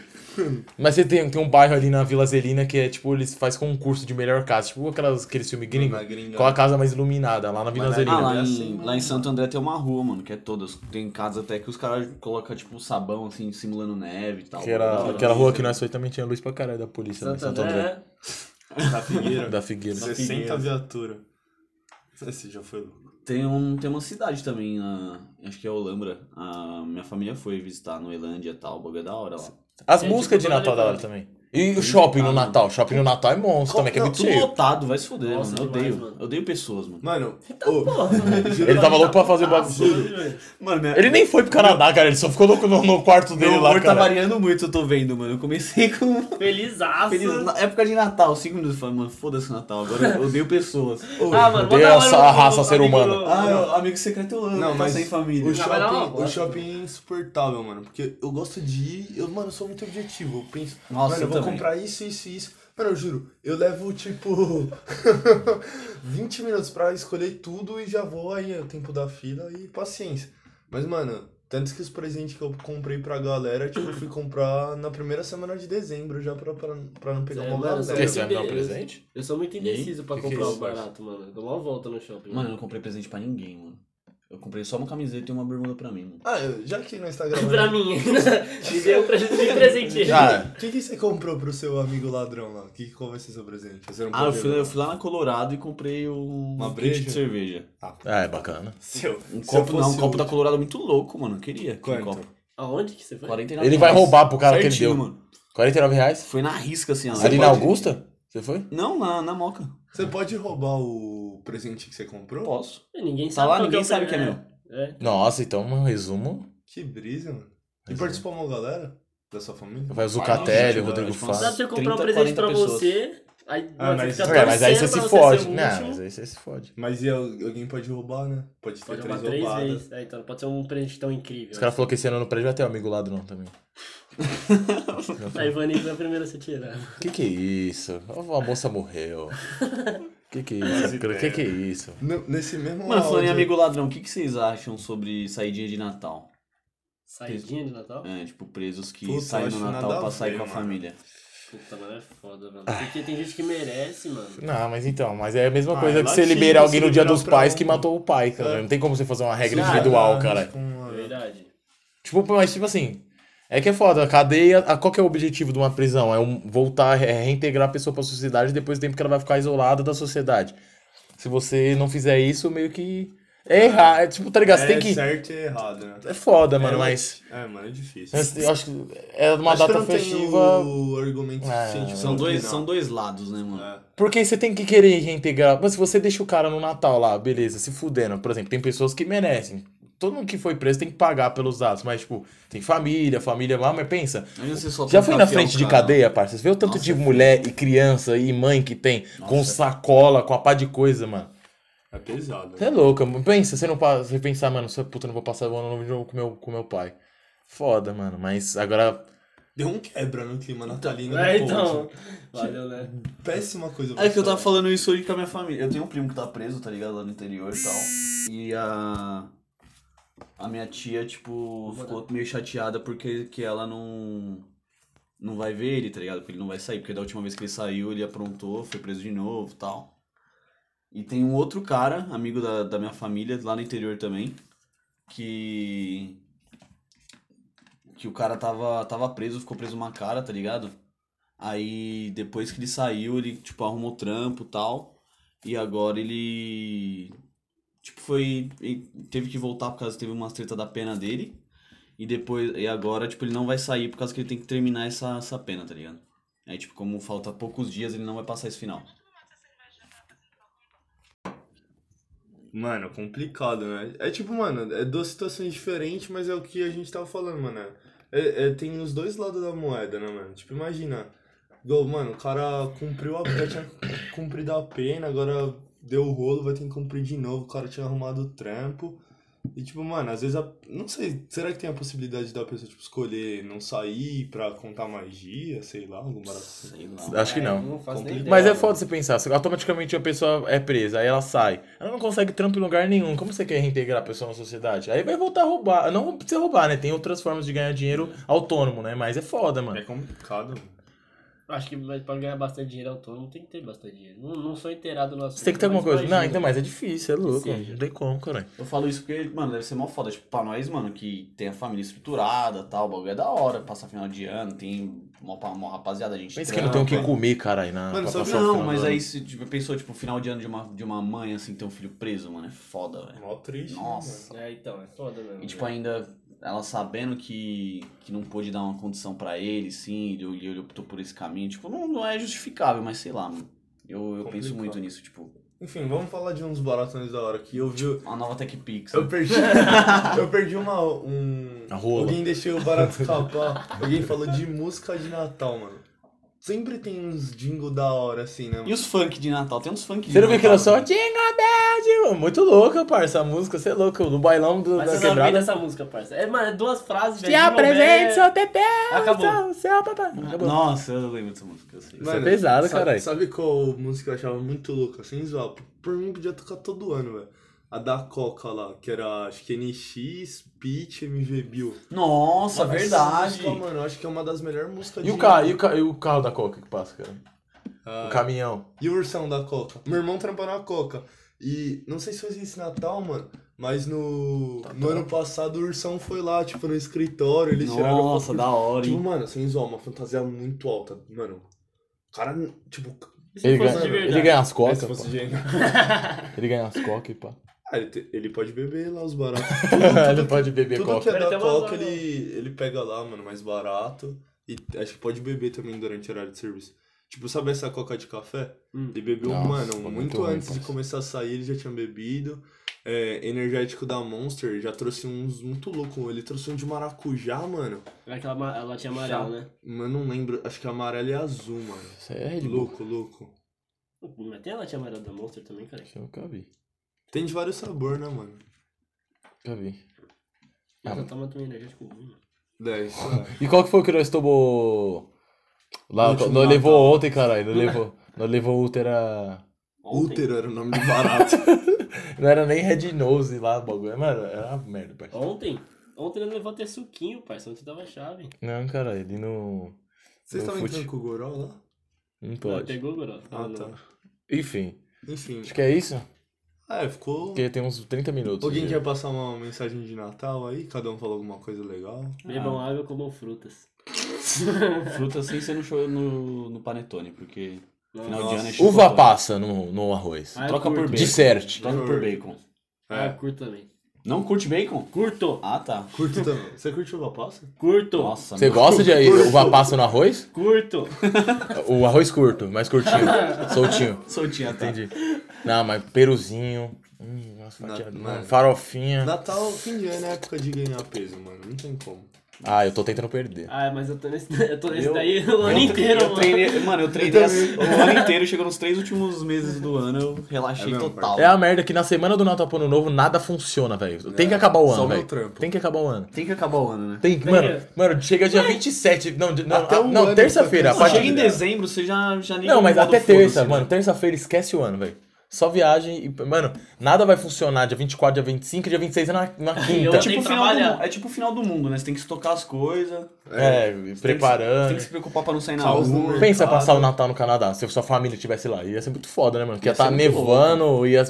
[SPEAKER 3] Mas você tem, tem um bairro ali na Vila Zelina que é tipo, eles fazem concurso de melhor casa. Tipo aquelas, aqueles filmes gringos.
[SPEAKER 4] Na gringa.
[SPEAKER 3] Qual a casa mais iluminada? Lá na Vila
[SPEAKER 4] Mas na-
[SPEAKER 1] Ah,
[SPEAKER 3] Zelina.
[SPEAKER 1] lá,
[SPEAKER 4] é
[SPEAKER 1] em,
[SPEAKER 4] assim,
[SPEAKER 1] lá em Santo André tem uma rua, mano, que é todas. Tem casas até que os caras colocam, tipo, sabão, assim, simulando neve e tal. assim.
[SPEAKER 3] Que era, aquela rua que nós foi também tinha luz pra caralho da polícia. né?
[SPEAKER 2] Santo
[SPEAKER 3] Santo André.
[SPEAKER 2] André. Ah,
[SPEAKER 4] Da Figueira.
[SPEAKER 3] Da Figueira.
[SPEAKER 4] 60 viatura. Esse já foi louco.
[SPEAKER 1] Tem, um, tem uma cidade também, na, acho que é Olambra. A minha família foi visitar no Elândia e tal, o bagulho é da hora lá.
[SPEAKER 3] As
[SPEAKER 2] Gente,
[SPEAKER 3] músicas de
[SPEAKER 2] tudo
[SPEAKER 3] Natal da hora
[SPEAKER 2] elefante.
[SPEAKER 3] também. E o shopping no
[SPEAKER 1] Ah,
[SPEAKER 3] Natal. Shopping no Natal é monstro também, que é
[SPEAKER 1] Não,
[SPEAKER 3] muito
[SPEAKER 1] tudo
[SPEAKER 3] cheio.
[SPEAKER 1] lotado, vai se fuder,
[SPEAKER 2] Nossa,
[SPEAKER 1] mano. Eu
[SPEAKER 2] demais,
[SPEAKER 1] odeio.
[SPEAKER 2] mano.
[SPEAKER 1] Eu odeio pessoas, mano.
[SPEAKER 4] Mano,
[SPEAKER 2] Tá
[SPEAKER 4] ô,
[SPEAKER 3] Ele tava louco pra fazer
[SPEAKER 2] Ah,
[SPEAKER 3] bagunça.
[SPEAKER 2] sim, velho.
[SPEAKER 1] Mano, minha...
[SPEAKER 3] Ele nem foi pro Canadá, cara. Ele só ficou no, no- no quarto dele
[SPEAKER 1] Meu
[SPEAKER 3] lá,
[SPEAKER 1] humor tá
[SPEAKER 3] cara.
[SPEAKER 1] variando muito, eu tô vendo, mano. Eu comecei com.
[SPEAKER 2] Feliz aço.
[SPEAKER 1] Feliz... na Época de Natal, 5 minutos. eu Falei, mano, foda-se o Natal, agora eu odeio pessoas.
[SPEAKER 2] Ah, mano,
[SPEAKER 3] Odeio
[SPEAKER 2] manda lá
[SPEAKER 3] essa
[SPEAKER 2] no-
[SPEAKER 3] raça
[SPEAKER 2] no-
[SPEAKER 3] ser
[SPEAKER 2] amigo
[SPEAKER 3] humana.
[SPEAKER 2] do-
[SPEAKER 1] Ah, eu- amigo secreto Olambra,
[SPEAKER 4] Não,
[SPEAKER 1] tá
[SPEAKER 4] mas
[SPEAKER 1] sem família.
[SPEAKER 4] O
[SPEAKER 2] Não, vai dar uma
[SPEAKER 4] shopping,
[SPEAKER 2] bosta,
[SPEAKER 4] o shopping é insuportável, mano. Porque eu gosto de ir. Eu, mano, eu sou muito objetivo. Eu penso,
[SPEAKER 1] Nossa,
[SPEAKER 4] mano,
[SPEAKER 1] eu
[SPEAKER 4] eu vou
[SPEAKER 1] também.
[SPEAKER 4] comprar isso, isso e isso. Mano, eu juro, eu levo tipo 20 minutos pra escolher tudo e já vou aí, é o tempo da fila e paciência. Mas, mano, tanto que os presentes que eu comprei pra galera, tipo, eu fui comprar na primeira semana de dezembro já pra, pra, pra não pegar
[SPEAKER 2] É,
[SPEAKER 4] uma
[SPEAKER 2] mano, eu sou
[SPEAKER 4] galera.
[SPEAKER 3] Esse vai me dar um presente?
[SPEAKER 2] Eu sou muito indeciso pra
[SPEAKER 3] Que que
[SPEAKER 2] comprar
[SPEAKER 3] é
[SPEAKER 2] o
[SPEAKER 3] isso, parça?
[SPEAKER 2] barato, mano. Eu dou uma volta no shopping.
[SPEAKER 1] Mano, eu não comprei presente pra ninguém, mano. Eu comprei só uma camiseta e uma bermuda pra mim, mano.
[SPEAKER 4] Ah, eu- já que nós tá
[SPEAKER 2] pra
[SPEAKER 4] gravando.
[SPEAKER 2] mim. Me deu pra me presentear.
[SPEAKER 3] Ah,
[SPEAKER 4] O que, que você comprou pro seu amigo ladrão lá? Que, qual vai ser seu presente? Você não
[SPEAKER 1] Ah, eu
[SPEAKER 4] pode
[SPEAKER 1] fui,
[SPEAKER 4] revelar.
[SPEAKER 1] eu fui lá na Colorado e comprei um
[SPEAKER 4] Uma
[SPEAKER 1] kit de
[SPEAKER 4] breja?
[SPEAKER 1] cerveja.
[SPEAKER 3] Ah, é bacana.
[SPEAKER 4] Seu.
[SPEAKER 1] Um copo, não, um copo da Colorado é muito louco, mano. Eu queria. aquele
[SPEAKER 4] Quanto?
[SPEAKER 1] copo.
[SPEAKER 2] Aonde que você foi?
[SPEAKER 1] 49
[SPEAKER 3] Ele vai
[SPEAKER 1] reais.
[SPEAKER 3] roubar pro cara que
[SPEAKER 1] Certinho,
[SPEAKER 3] ele deu.
[SPEAKER 1] mano.
[SPEAKER 3] 49 reais?
[SPEAKER 1] Foi na risca, assim, ó.
[SPEAKER 3] Ali na
[SPEAKER 4] pode-
[SPEAKER 3] Augusta? Você foi?
[SPEAKER 1] Não, na, na moca.
[SPEAKER 4] Você pode roubar o presente que você comprou?
[SPEAKER 1] Posso.
[SPEAKER 2] Ninguém
[SPEAKER 1] Tá lá,
[SPEAKER 2] qual
[SPEAKER 1] ninguém
[SPEAKER 2] o
[SPEAKER 1] sabe que é
[SPEAKER 2] primeiro.
[SPEAKER 1] meu.
[SPEAKER 2] É.
[SPEAKER 3] Nossa, então um resumo.
[SPEAKER 4] Que brisa, mano. E
[SPEAKER 3] Mas
[SPEAKER 4] participou uma galera da sua
[SPEAKER 3] é.
[SPEAKER 4] família?
[SPEAKER 3] Vai o
[SPEAKER 1] Vai,
[SPEAKER 3] Zucatelli,
[SPEAKER 1] não,
[SPEAKER 3] Rodrigo
[SPEAKER 1] gente, vai,
[SPEAKER 2] Dá pra
[SPEAKER 3] Fábio.
[SPEAKER 2] você comprar um
[SPEAKER 1] 30,
[SPEAKER 2] presente pra
[SPEAKER 1] 40 pessoas.
[SPEAKER 2] você. Aí,
[SPEAKER 4] Ah,
[SPEAKER 2] mano,
[SPEAKER 4] mas-
[SPEAKER 2] você fica
[SPEAKER 3] É, mas aí você
[SPEAKER 2] torcendo
[SPEAKER 3] se
[SPEAKER 2] pra
[SPEAKER 3] fode.
[SPEAKER 2] ser o
[SPEAKER 3] Não,
[SPEAKER 2] último.
[SPEAKER 3] mas aí você se fode.
[SPEAKER 4] Mas e al- alguém pode roubar, né? Pode ter
[SPEAKER 2] Pode
[SPEAKER 4] três
[SPEAKER 2] roubar três
[SPEAKER 4] roubadas.
[SPEAKER 2] vezes. É, então não pode ser um presente tão incrível.
[SPEAKER 3] Os caras falaram que esse ano no prédio vai ter um amigo ladrão também. assim.
[SPEAKER 2] A Ivani foi a primeira a se tirar.
[SPEAKER 3] Que que é isso? A moça morreu. Que que é isso? cara? Que que é isso?
[SPEAKER 4] No- nesse mesmo
[SPEAKER 1] Um Mano, falando em
[SPEAKER 4] áudio-
[SPEAKER 1] amigo ladrão, o que, que vocês acham sobre saidinha de Natal?
[SPEAKER 2] Saidinha de Natal?
[SPEAKER 1] É, tipo, presos que
[SPEAKER 4] Puta,
[SPEAKER 1] saem
[SPEAKER 4] eu
[SPEAKER 1] no
[SPEAKER 4] acho nada
[SPEAKER 1] Natal
[SPEAKER 4] a
[SPEAKER 1] pra sair
[SPEAKER 4] ver,
[SPEAKER 1] com a
[SPEAKER 4] mano.
[SPEAKER 1] família.
[SPEAKER 2] Puta, mano, é foda, mano.
[SPEAKER 3] Ah.
[SPEAKER 2] Porque tem gente que merece, mano.
[SPEAKER 3] Não, mas então, mas é a mesma
[SPEAKER 4] Ah,
[SPEAKER 3] coisa
[SPEAKER 4] é
[SPEAKER 3] que você
[SPEAKER 4] latinha,
[SPEAKER 3] liberar alguém
[SPEAKER 4] você
[SPEAKER 3] no dia
[SPEAKER 4] liberar
[SPEAKER 3] dos
[SPEAKER 4] pra
[SPEAKER 3] pais
[SPEAKER 4] um.
[SPEAKER 3] que matou o pai, cara.
[SPEAKER 4] É.
[SPEAKER 3] Não tem como você fazer uma regra
[SPEAKER 2] Cara,
[SPEAKER 3] individual,
[SPEAKER 4] Ah,
[SPEAKER 3] cara.
[SPEAKER 4] com uma-
[SPEAKER 2] Verdade.
[SPEAKER 3] Tipo, mas tipo assim, é que é foda, a cadeia, a, qual que é o objetivo de uma prisão? É um, voltar, é reintegrar a pessoa pra sociedade depois do tempo que ela vai ficar isolada da sociedade. Se você não fizer isso, meio que é errar, é tipo, tá ligado? Você
[SPEAKER 4] É
[SPEAKER 3] tem que
[SPEAKER 4] certo e errado, né?
[SPEAKER 3] é foda, mano,
[SPEAKER 4] É,
[SPEAKER 3] mas
[SPEAKER 4] É, mano, é difícil.
[SPEAKER 3] eu acho que é uma
[SPEAKER 4] Acho que eu
[SPEAKER 3] data
[SPEAKER 4] não tenho
[SPEAKER 3] festiva.
[SPEAKER 4] o argumento
[SPEAKER 3] Ah,
[SPEAKER 4] suficiente.
[SPEAKER 1] São
[SPEAKER 4] pra
[SPEAKER 1] dois,
[SPEAKER 4] opinar.
[SPEAKER 1] são dois lados, né, mano?
[SPEAKER 4] É.
[SPEAKER 3] Porque você tem que querer reintegrar. Mas se você deixa o cara no Natal lá, beleza, se fudendo. Por exemplo, tem pessoas que merecem. Todo mundo que foi preso tem que pagar pelos atos. Mas, tipo, tem família, família lá, mas pensa.
[SPEAKER 1] Imagina você soltar
[SPEAKER 3] Já
[SPEAKER 1] um
[SPEAKER 3] foi na
[SPEAKER 1] fiel,
[SPEAKER 3] frente de
[SPEAKER 1] cara.
[SPEAKER 3] cadeia, parça? Você vê o tanto
[SPEAKER 1] Nossa,
[SPEAKER 3] de mulher e criança e mãe que tem com sacola, com a pá de coisa, mano.
[SPEAKER 4] É pesado.
[SPEAKER 3] Você é louca. mano. Pensa, você não passa. Você pensar, mano, você puta, não vou passar o ano novo de novo com meu, com meu pai. Foda, mano. Mas agora.
[SPEAKER 4] Deu um quebra no clima
[SPEAKER 1] Então,
[SPEAKER 4] natalino.
[SPEAKER 2] É,
[SPEAKER 4] do povo.
[SPEAKER 2] então. Valeu, né?
[SPEAKER 4] Péssima coisa. pra
[SPEAKER 1] É que eu tava
[SPEAKER 4] falar.
[SPEAKER 1] falando isso hoje com a minha família. Eu tenho um primo que tá preso, tá ligado? Lá no interior e tal. E a. A minha tia, tipo,
[SPEAKER 2] Vou
[SPEAKER 1] ficou meio chateada porque que ela não. Não vai ver ele, tá ligado? Porque ele não vai sair. Porque da última vez que ele saiu, ele aprontou, foi preso de novo tal. E tem um outro cara, amigo da, da minha família, lá no interior também, que. Que o cara tava, tava preso, ficou preso uma cara, tá ligado? Aí depois que ele saiu, ele, tipo, arrumou trampo tal. E agora ele tipo, foi. ele Teve que voltar por causa que teve umas treta da pena dele. E depois. E agora, tipo, ele não vai sair por causa que ele tem que terminar essa, essa pena, tá ligado? Aí, tipo, como falta poucos dias, ele não vai passar esse final.
[SPEAKER 4] Mano, é complicado, né? É tipo, mano, é duas situações diferentes, mas é o que a gente tava falando, mano. É, é- tem os dois lados da moeda, né, mano? Tipo, imagina. Igual, mano, o cara cumpriu a já tinha cumprido a pena, agora deu o rolo, vai ter que cumprir de novo, o cara tinha arrumado o trampo. E tipo, mano, às vezes a. Não sei, será que tem a possibilidade da pessoa, tipo, escolher não sair pra contar magia, sei lá, algum barato assim?
[SPEAKER 1] Sei lá.
[SPEAKER 3] Acho que
[SPEAKER 2] É,
[SPEAKER 3] não.
[SPEAKER 2] Não faço nem
[SPEAKER 4] Complicado.
[SPEAKER 2] ideia.
[SPEAKER 3] Mas é foda você pensar, se automaticamente a pessoa é presa, aí ela sai. Ela não consegue trampo em lugar nenhum. Como você quer reintegrar a pessoa na sociedade? Aí vai voltar a roubar. Não precisa roubar, né? Tem outras formas de ganhar dinheiro autônomo, né? Mas é foda,
[SPEAKER 4] É
[SPEAKER 3] mano.
[SPEAKER 4] complicado, mano.
[SPEAKER 2] Acho que mas pra ganhar bastante dinheiro autônomo tem que ter bastante dinheiro. Não, não sou inteirado no assunto.
[SPEAKER 3] Você tem que ter
[SPEAKER 2] mas
[SPEAKER 3] alguma coisa. Não,
[SPEAKER 2] imagino.
[SPEAKER 3] então, mas é difícil, é louco.
[SPEAKER 2] Seja.
[SPEAKER 3] Não tem como, caralho.
[SPEAKER 1] Eu falo isso porque, mano, deve ser mó foda. Tipo, pra nós, mano, que tem a família estruturada tal, o bagulho é da hora, passar final de ano, tem uma, uma rapaziada, a gente.
[SPEAKER 3] Pensa que não tem o
[SPEAKER 1] trampa.
[SPEAKER 3] que comer, caralho, na
[SPEAKER 4] Mano,
[SPEAKER 3] pra
[SPEAKER 4] só-
[SPEAKER 3] passar o
[SPEAKER 1] Não,
[SPEAKER 3] final
[SPEAKER 1] mas
[SPEAKER 3] do ano.
[SPEAKER 1] aí se tipo, pensou, tipo, final de ano de uma, de uma mãe, assim, ter um filho preso, mano, é foda, velho.
[SPEAKER 4] Mó triste, né,
[SPEAKER 1] Nossa.
[SPEAKER 4] mano?
[SPEAKER 2] É, então, é foda mesmo.
[SPEAKER 1] E tipo, ainda ela sabendo que, que não pôde dar uma condição pra ele, sim, ele, ele optou por esse caminho, tipo, não, não é justificável, mas sei lá, mano. Eu, eu penso
[SPEAKER 4] Complicado.
[SPEAKER 1] muito nisso, tipo,
[SPEAKER 4] Enfim, vamos falar de uns baratões da hora que eu vi.
[SPEAKER 1] a nova Tech Pix.
[SPEAKER 4] Eu perdi. eu perdi uma. Um...
[SPEAKER 3] A rola.
[SPEAKER 4] Alguém deixou o barato escapar. Alguém falou de música de Natal, mano. Sempre tem uns jingle da hora, assim, né, mano?
[SPEAKER 1] E os funk de Natal? Tem uns funk de
[SPEAKER 3] Você não viu que era
[SPEAKER 1] Natal,
[SPEAKER 3] só
[SPEAKER 1] né?
[SPEAKER 3] Jingle Bell, Jingle- Muito louca, parça, a música, você é louco. Do bailão do,
[SPEAKER 2] Mas você
[SPEAKER 3] da
[SPEAKER 2] não ouviu
[SPEAKER 3] quebrada.
[SPEAKER 2] dessa música, parça. É, mano, é duas frases,
[SPEAKER 3] Te
[SPEAKER 2] velho. Jingle Bell é-
[SPEAKER 3] apresente, seu Tepé,
[SPEAKER 2] Acabou.
[SPEAKER 3] seu- seu papai. Acabou.
[SPEAKER 1] Nossa, eu lembro dessa música, eu sei.
[SPEAKER 3] Isso é pesado,
[SPEAKER 4] sabe-
[SPEAKER 3] caralho.
[SPEAKER 4] Sabe qual música eu achava muito louca? Sem zoar. Por- Por mim podia tocar todo ano, velho. A da Coca lá, que era acho que NX, Pitch, MV Bill.
[SPEAKER 1] Nossa,
[SPEAKER 4] Essa
[SPEAKER 1] verdade.
[SPEAKER 4] Música, mano, eu acho que é uma das melhores músicas
[SPEAKER 3] E o,
[SPEAKER 4] de-
[SPEAKER 3] carro, e, o ca- e o carro da Coca que passa, cara?
[SPEAKER 4] Ah,
[SPEAKER 3] O caminhão.
[SPEAKER 4] E o ursão da Coca? Meu irmão trampou na Coca. E não sei se foi esse Natal, mano, mas no, no ano passado o ursão foi lá, tipo, no escritório, eles tiraram. a
[SPEAKER 1] Nossa,
[SPEAKER 4] foto.
[SPEAKER 1] da hora,
[SPEAKER 4] Tipo,
[SPEAKER 1] hein?
[SPEAKER 4] mano, sem zoar, uma fantasia muito alta. Mano, o cara, tipo,
[SPEAKER 2] E se
[SPEAKER 3] Ele
[SPEAKER 2] fosse
[SPEAKER 3] ganha,
[SPEAKER 2] de verdade?
[SPEAKER 3] ele ganha as
[SPEAKER 4] é,
[SPEAKER 3] cocas,
[SPEAKER 4] se fosse
[SPEAKER 3] pá.
[SPEAKER 4] gênio.
[SPEAKER 3] Ele ganha as cocas, pá.
[SPEAKER 4] Ah, ele, te- ele pode beber lá os baratos.
[SPEAKER 3] ele pode beber
[SPEAKER 4] Tudo que
[SPEAKER 3] coca.
[SPEAKER 4] é
[SPEAKER 2] Ele
[SPEAKER 4] da
[SPEAKER 2] tem uma
[SPEAKER 4] Coca,
[SPEAKER 2] zona.
[SPEAKER 4] ele, ele pega lá, mano, mais barato. E acho que pode beber também durante o horário de serviço. Tipo, sabe essa Coca de café?
[SPEAKER 2] Hum.
[SPEAKER 4] Ele bebeu,
[SPEAKER 3] Nossa,
[SPEAKER 4] mano,
[SPEAKER 3] muito
[SPEAKER 4] muito,
[SPEAKER 3] ruim,
[SPEAKER 4] antes de
[SPEAKER 3] parça.
[SPEAKER 4] começar a sair, ele já tinha bebido. É, energético da Monster, já trouxe uns muito louco. Ele trouxe um de maracujá, mano.
[SPEAKER 2] Era aquela ma- a latinha amarela, né?
[SPEAKER 4] Mas não lembro, acho que amarelo e azul, mano.
[SPEAKER 3] Isso aí é Red Bull.
[SPEAKER 4] Louco, louco.
[SPEAKER 2] Mas tem a latinha amarela da Monster também, cara.
[SPEAKER 3] Isso eu nunca vi.
[SPEAKER 4] Tem de vários sabores, né, mano?
[SPEAKER 3] Nunca vi.
[SPEAKER 2] Mas
[SPEAKER 3] Ah,
[SPEAKER 2] eu tomo também tá energético ruim, mano.
[SPEAKER 4] É, isso é.
[SPEAKER 3] E qual que foi que nós tomou...
[SPEAKER 4] No
[SPEAKER 3] Lá,
[SPEAKER 4] último
[SPEAKER 3] nós
[SPEAKER 4] Natal.
[SPEAKER 3] levou ontem, caralho. Nós levou, nós levou útera...
[SPEAKER 2] Ontem.
[SPEAKER 4] Útero era o nome do barato.
[SPEAKER 3] Não era nem Red Nose lá, o bagulho. Mano, era uma merda, parceiro.
[SPEAKER 2] Ontem? Ontem ele levou até suquinho, parça. Ontem dava chave.
[SPEAKER 3] Não, caralho, ele não...
[SPEAKER 4] Vocês
[SPEAKER 3] Eu
[SPEAKER 4] estavam
[SPEAKER 3] fute.
[SPEAKER 4] entrando com o Goró lá?
[SPEAKER 3] Não
[SPEAKER 2] Pô,
[SPEAKER 3] pode.
[SPEAKER 2] pegou, Goró?
[SPEAKER 4] Ah, tá.
[SPEAKER 3] Enfim,
[SPEAKER 4] Enfim.
[SPEAKER 3] acho que é isso.
[SPEAKER 4] É, ficou.
[SPEAKER 3] Porque tem uns 30 minutos.
[SPEAKER 4] Alguém
[SPEAKER 3] de-
[SPEAKER 4] quer passar uma mensagem de Natal aí? Cada um falou alguma coisa legal?
[SPEAKER 2] Bebam água, comam frutas.
[SPEAKER 1] Fruta sem ser no, show- no, no panetone, porque final de ano é
[SPEAKER 4] Nossa.
[SPEAKER 1] chocotone.
[SPEAKER 3] Uva passa no, no arroz.
[SPEAKER 2] Ah, eu
[SPEAKER 1] Troca por
[SPEAKER 2] curto.
[SPEAKER 1] bacon.
[SPEAKER 3] Disserte.
[SPEAKER 1] Troca por bacon.
[SPEAKER 3] É.
[SPEAKER 2] Ah,
[SPEAKER 4] É,
[SPEAKER 2] eu curto também.
[SPEAKER 1] Não curte bacon?
[SPEAKER 2] Curto!
[SPEAKER 1] Ah, tá.
[SPEAKER 4] Curto também. Você curte uva passa?
[SPEAKER 2] Curto!
[SPEAKER 1] Nossa,
[SPEAKER 3] Você
[SPEAKER 1] meu-
[SPEAKER 3] gosta de uva passa no arroz?
[SPEAKER 2] Curto!
[SPEAKER 3] O arroz curto, mais curtinho. soltinho.
[SPEAKER 1] Soltinha, tá?
[SPEAKER 3] Entendi. Não, mas peruzinho. Hum, nossa,
[SPEAKER 4] Na-
[SPEAKER 3] fatia-
[SPEAKER 4] na-
[SPEAKER 3] hum, farofinha.
[SPEAKER 4] Natal, fim de ano é época de ganhar peso, mano. Não tem como.
[SPEAKER 3] Ah, eu tô tentando perder.
[SPEAKER 2] Ah, mas eu tô nesse, eu tô nesse
[SPEAKER 1] Eu-
[SPEAKER 2] daí o ano inteiro,
[SPEAKER 1] eu
[SPEAKER 2] mano.
[SPEAKER 1] treinei, mano, eu treinei as- o ano inteiro, chegou nos três últimos meses do ano, eu relaxei
[SPEAKER 4] É mesmo,
[SPEAKER 1] total.
[SPEAKER 3] É a merda que na semana do Natal pro Ano Novo nada funciona, velho. Tem que acabar o
[SPEAKER 4] só
[SPEAKER 3] ano,
[SPEAKER 4] meu
[SPEAKER 3] velho.
[SPEAKER 4] trampo.
[SPEAKER 3] Tem que acabar o ano.
[SPEAKER 1] Tem que acabar o ano, né?
[SPEAKER 3] Tem que,
[SPEAKER 2] Tem
[SPEAKER 3] mano. Mano, chega dia 27. Não, de- não,
[SPEAKER 4] Até
[SPEAKER 3] ah,
[SPEAKER 1] um
[SPEAKER 4] o
[SPEAKER 3] não
[SPEAKER 4] ano
[SPEAKER 3] terça-feira.
[SPEAKER 4] tá
[SPEAKER 1] Não,
[SPEAKER 3] a partir-
[SPEAKER 1] chega em então, dezembro, você já, já liga
[SPEAKER 3] Não,
[SPEAKER 1] no
[SPEAKER 3] mas
[SPEAKER 1] modo
[SPEAKER 3] até terça,
[SPEAKER 1] foda-se, né?
[SPEAKER 3] mano. Terça-feira esquece o ano, velho. Só viagem e. Mano, nada vai funcionar dia 24, dia 25, dia 26 é na, na quinta.
[SPEAKER 1] É tipo,
[SPEAKER 2] Eu tenho
[SPEAKER 1] o
[SPEAKER 2] que
[SPEAKER 1] final do,
[SPEAKER 2] trabalhar.
[SPEAKER 1] mu- é tipo o final do mundo, né? Você tem que estocar as coisas.
[SPEAKER 3] É, preparando.
[SPEAKER 1] Tem que se preocupar pra não sair na
[SPEAKER 4] Caos no
[SPEAKER 1] rua.
[SPEAKER 4] mercado.
[SPEAKER 3] Pensa passar o Natal no Canadá, se sua família estivesse lá. Ia ser muito foda, né, mano? Que ia
[SPEAKER 1] Ia ser
[SPEAKER 3] estar tá
[SPEAKER 1] muito louco.
[SPEAKER 3] nevando, ia.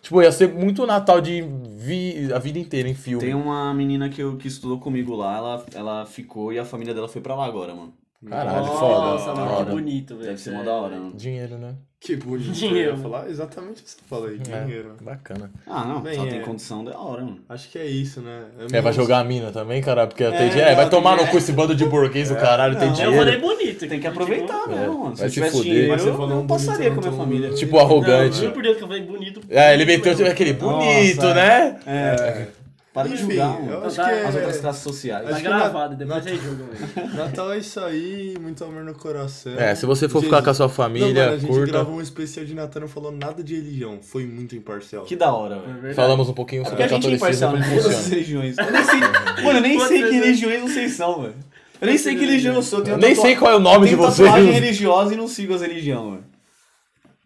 [SPEAKER 3] Tipo, ia ser muito Natal de vi... a vida inteira em filme.
[SPEAKER 1] Tem uma menina que, eu- que estudou comigo lá, ela, ela ficou e a família dela foi pra lá agora, mano.
[SPEAKER 3] Caralho, foda.
[SPEAKER 2] Nossa,
[SPEAKER 3] da
[SPEAKER 2] mano,
[SPEAKER 3] hora.
[SPEAKER 2] que bonito, velho.
[SPEAKER 1] Ah, Deve ser uma da hora, mano.
[SPEAKER 3] Dinheiro, né?
[SPEAKER 4] Que bonito.
[SPEAKER 2] Dinheiro.
[SPEAKER 4] Eu ia falar exatamente o que você falou aí,
[SPEAKER 3] É.
[SPEAKER 4] dinheiro.
[SPEAKER 3] Bacana.
[SPEAKER 1] Ah, não,
[SPEAKER 4] Bem,
[SPEAKER 1] se ela
[SPEAKER 4] é.
[SPEAKER 1] tem condição, da hora, mano.
[SPEAKER 4] Acho que é isso, né?
[SPEAKER 3] É, vai
[SPEAKER 4] menos-
[SPEAKER 3] jogar a mina também, caralho, porque tem
[SPEAKER 4] É,
[SPEAKER 3] dinheiro. É, vai
[SPEAKER 4] não,
[SPEAKER 3] tomar
[SPEAKER 4] tem
[SPEAKER 3] no cu esse bando de burguês do caralho, tem
[SPEAKER 4] Não.
[SPEAKER 2] Eu
[SPEAKER 3] dinheiro.
[SPEAKER 2] falei bonito.
[SPEAKER 1] Tem que
[SPEAKER 2] tipo,
[SPEAKER 1] aproveitar, né,
[SPEAKER 3] É,
[SPEAKER 1] mano. Se
[SPEAKER 3] vai
[SPEAKER 1] eu
[SPEAKER 3] se
[SPEAKER 1] tivesse
[SPEAKER 3] fuder.
[SPEAKER 1] dinheiro,
[SPEAKER 4] Mas você
[SPEAKER 1] eu,
[SPEAKER 4] falou um
[SPEAKER 1] eu passaria com
[SPEAKER 4] bonito,
[SPEAKER 1] a minha
[SPEAKER 4] não tô-
[SPEAKER 1] família.
[SPEAKER 3] Tipo, arrogante.
[SPEAKER 2] Juro por Deus que eu falei bonito.
[SPEAKER 3] É, ele meteu tipo,
[SPEAKER 2] Mano,
[SPEAKER 3] aquele
[SPEAKER 1] Nossa,
[SPEAKER 3] bonito,
[SPEAKER 1] é.
[SPEAKER 3] né?
[SPEAKER 1] É, para de
[SPEAKER 4] Enfim,
[SPEAKER 1] julgar,
[SPEAKER 4] eu
[SPEAKER 1] mano.
[SPEAKER 4] acho
[SPEAKER 2] Tá,
[SPEAKER 4] que
[SPEAKER 1] As outras
[SPEAKER 4] é...
[SPEAKER 1] classes sociais.
[SPEAKER 2] Tá
[SPEAKER 4] Acho que
[SPEAKER 2] gravado,
[SPEAKER 4] na-
[SPEAKER 2] depois
[SPEAKER 4] na-
[SPEAKER 2] aí julga, velho.
[SPEAKER 4] Natal é isso aí, muito amor no coração.
[SPEAKER 3] É, se você for ficar com a sua família,
[SPEAKER 4] Não, mano, a gente
[SPEAKER 3] curta.
[SPEAKER 4] gravou um especial de Natal e não falou nada de religião. Foi muito imparcial.
[SPEAKER 1] Que da hora,
[SPEAKER 2] É
[SPEAKER 1] velho.
[SPEAKER 2] verdade.
[SPEAKER 3] Falamos um pouquinho
[SPEAKER 1] É
[SPEAKER 3] sobre
[SPEAKER 1] porque a gente é
[SPEAKER 3] catolicismo,
[SPEAKER 1] imparcial
[SPEAKER 3] como
[SPEAKER 1] né? todas as
[SPEAKER 3] funciona.
[SPEAKER 1] religiões. Eu nem sei, mano, eu nem sei que
[SPEAKER 2] Quantas-
[SPEAKER 1] religiões vocês são, velho. Eu nem sei que religião eu sou. Eu tenho
[SPEAKER 3] Eu nem sei
[SPEAKER 1] tatua-
[SPEAKER 3] qual é o nome de
[SPEAKER 1] tenho tatuagem
[SPEAKER 3] vocês.
[SPEAKER 1] religiosa e não sigo as religiões, velho.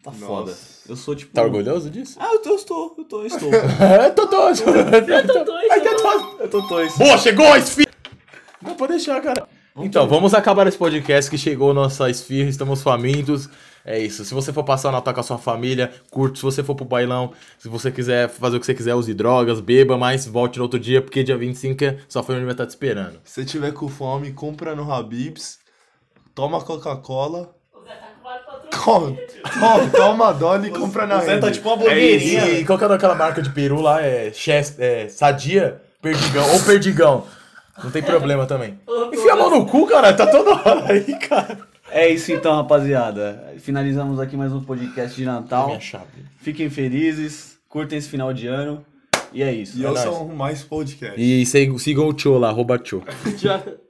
[SPEAKER 1] Tá
[SPEAKER 4] Nossa.
[SPEAKER 1] foda. Eu sou tipo.
[SPEAKER 3] Tá orgulhoso disso?
[SPEAKER 1] Ah, eu, tô, eu estou, eu estou, eu estou.
[SPEAKER 3] É, Totó.
[SPEAKER 2] Tô doido,
[SPEAKER 3] Ai,
[SPEAKER 2] tô doido.
[SPEAKER 3] Totó.
[SPEAKER 1] eu tô dois.
[SPEAKER 3] Boa, chegou a esfirra! Não, pode deixar, cara. Então, vamos acabar esse podcast que chegou nossa esfirra, estamos famintos. É isso. Se você for passar o Natal com a sua família, curte. Se você for pro bailão, se você quiser fazer o que você quiser, use drogas, beba, mas volte no outro dia, porque dia 25 é- sua família vai estar te esperando.
[SPEAKER 4] Se você tiver com fome, compra no Habibs, toma Coca-Cola, come, toma, toma Dolly e compra na
[SPEAKER 1] O Zé tá
[SPEAKER 4] Renner.
[SPEAKER 3] É
[SPEAKER 1] tipo uma blogueirinha.
[SPEAKER 3] E, e qual que é aquela marca de peru lá? É, Chest, é Sadia? Perdigão. Ou Perdigão. Não tem problema também. Enfia a mão no cu, cara. Tá toda hora aí, cara.
[SPEAKER 1] É isso então, rapaziada. Finalizamos aqui mais um podcast de Natal.
[SPEAKER 3] Minha chave.
[SPEAKER 1] Fiquem felizes, curtem esse final de ano. E é isso.
[SPEAKER 4] E
[SPEAKER 1] É
[SPEAKER 4] eu
[SPEAKER 1] nóis.
[SPEAKER 4] sou mais podcast.
[SPEAKER 3] E sigam sigam o Tio lá, arroba Tio.
[SPEAKER 2] Já-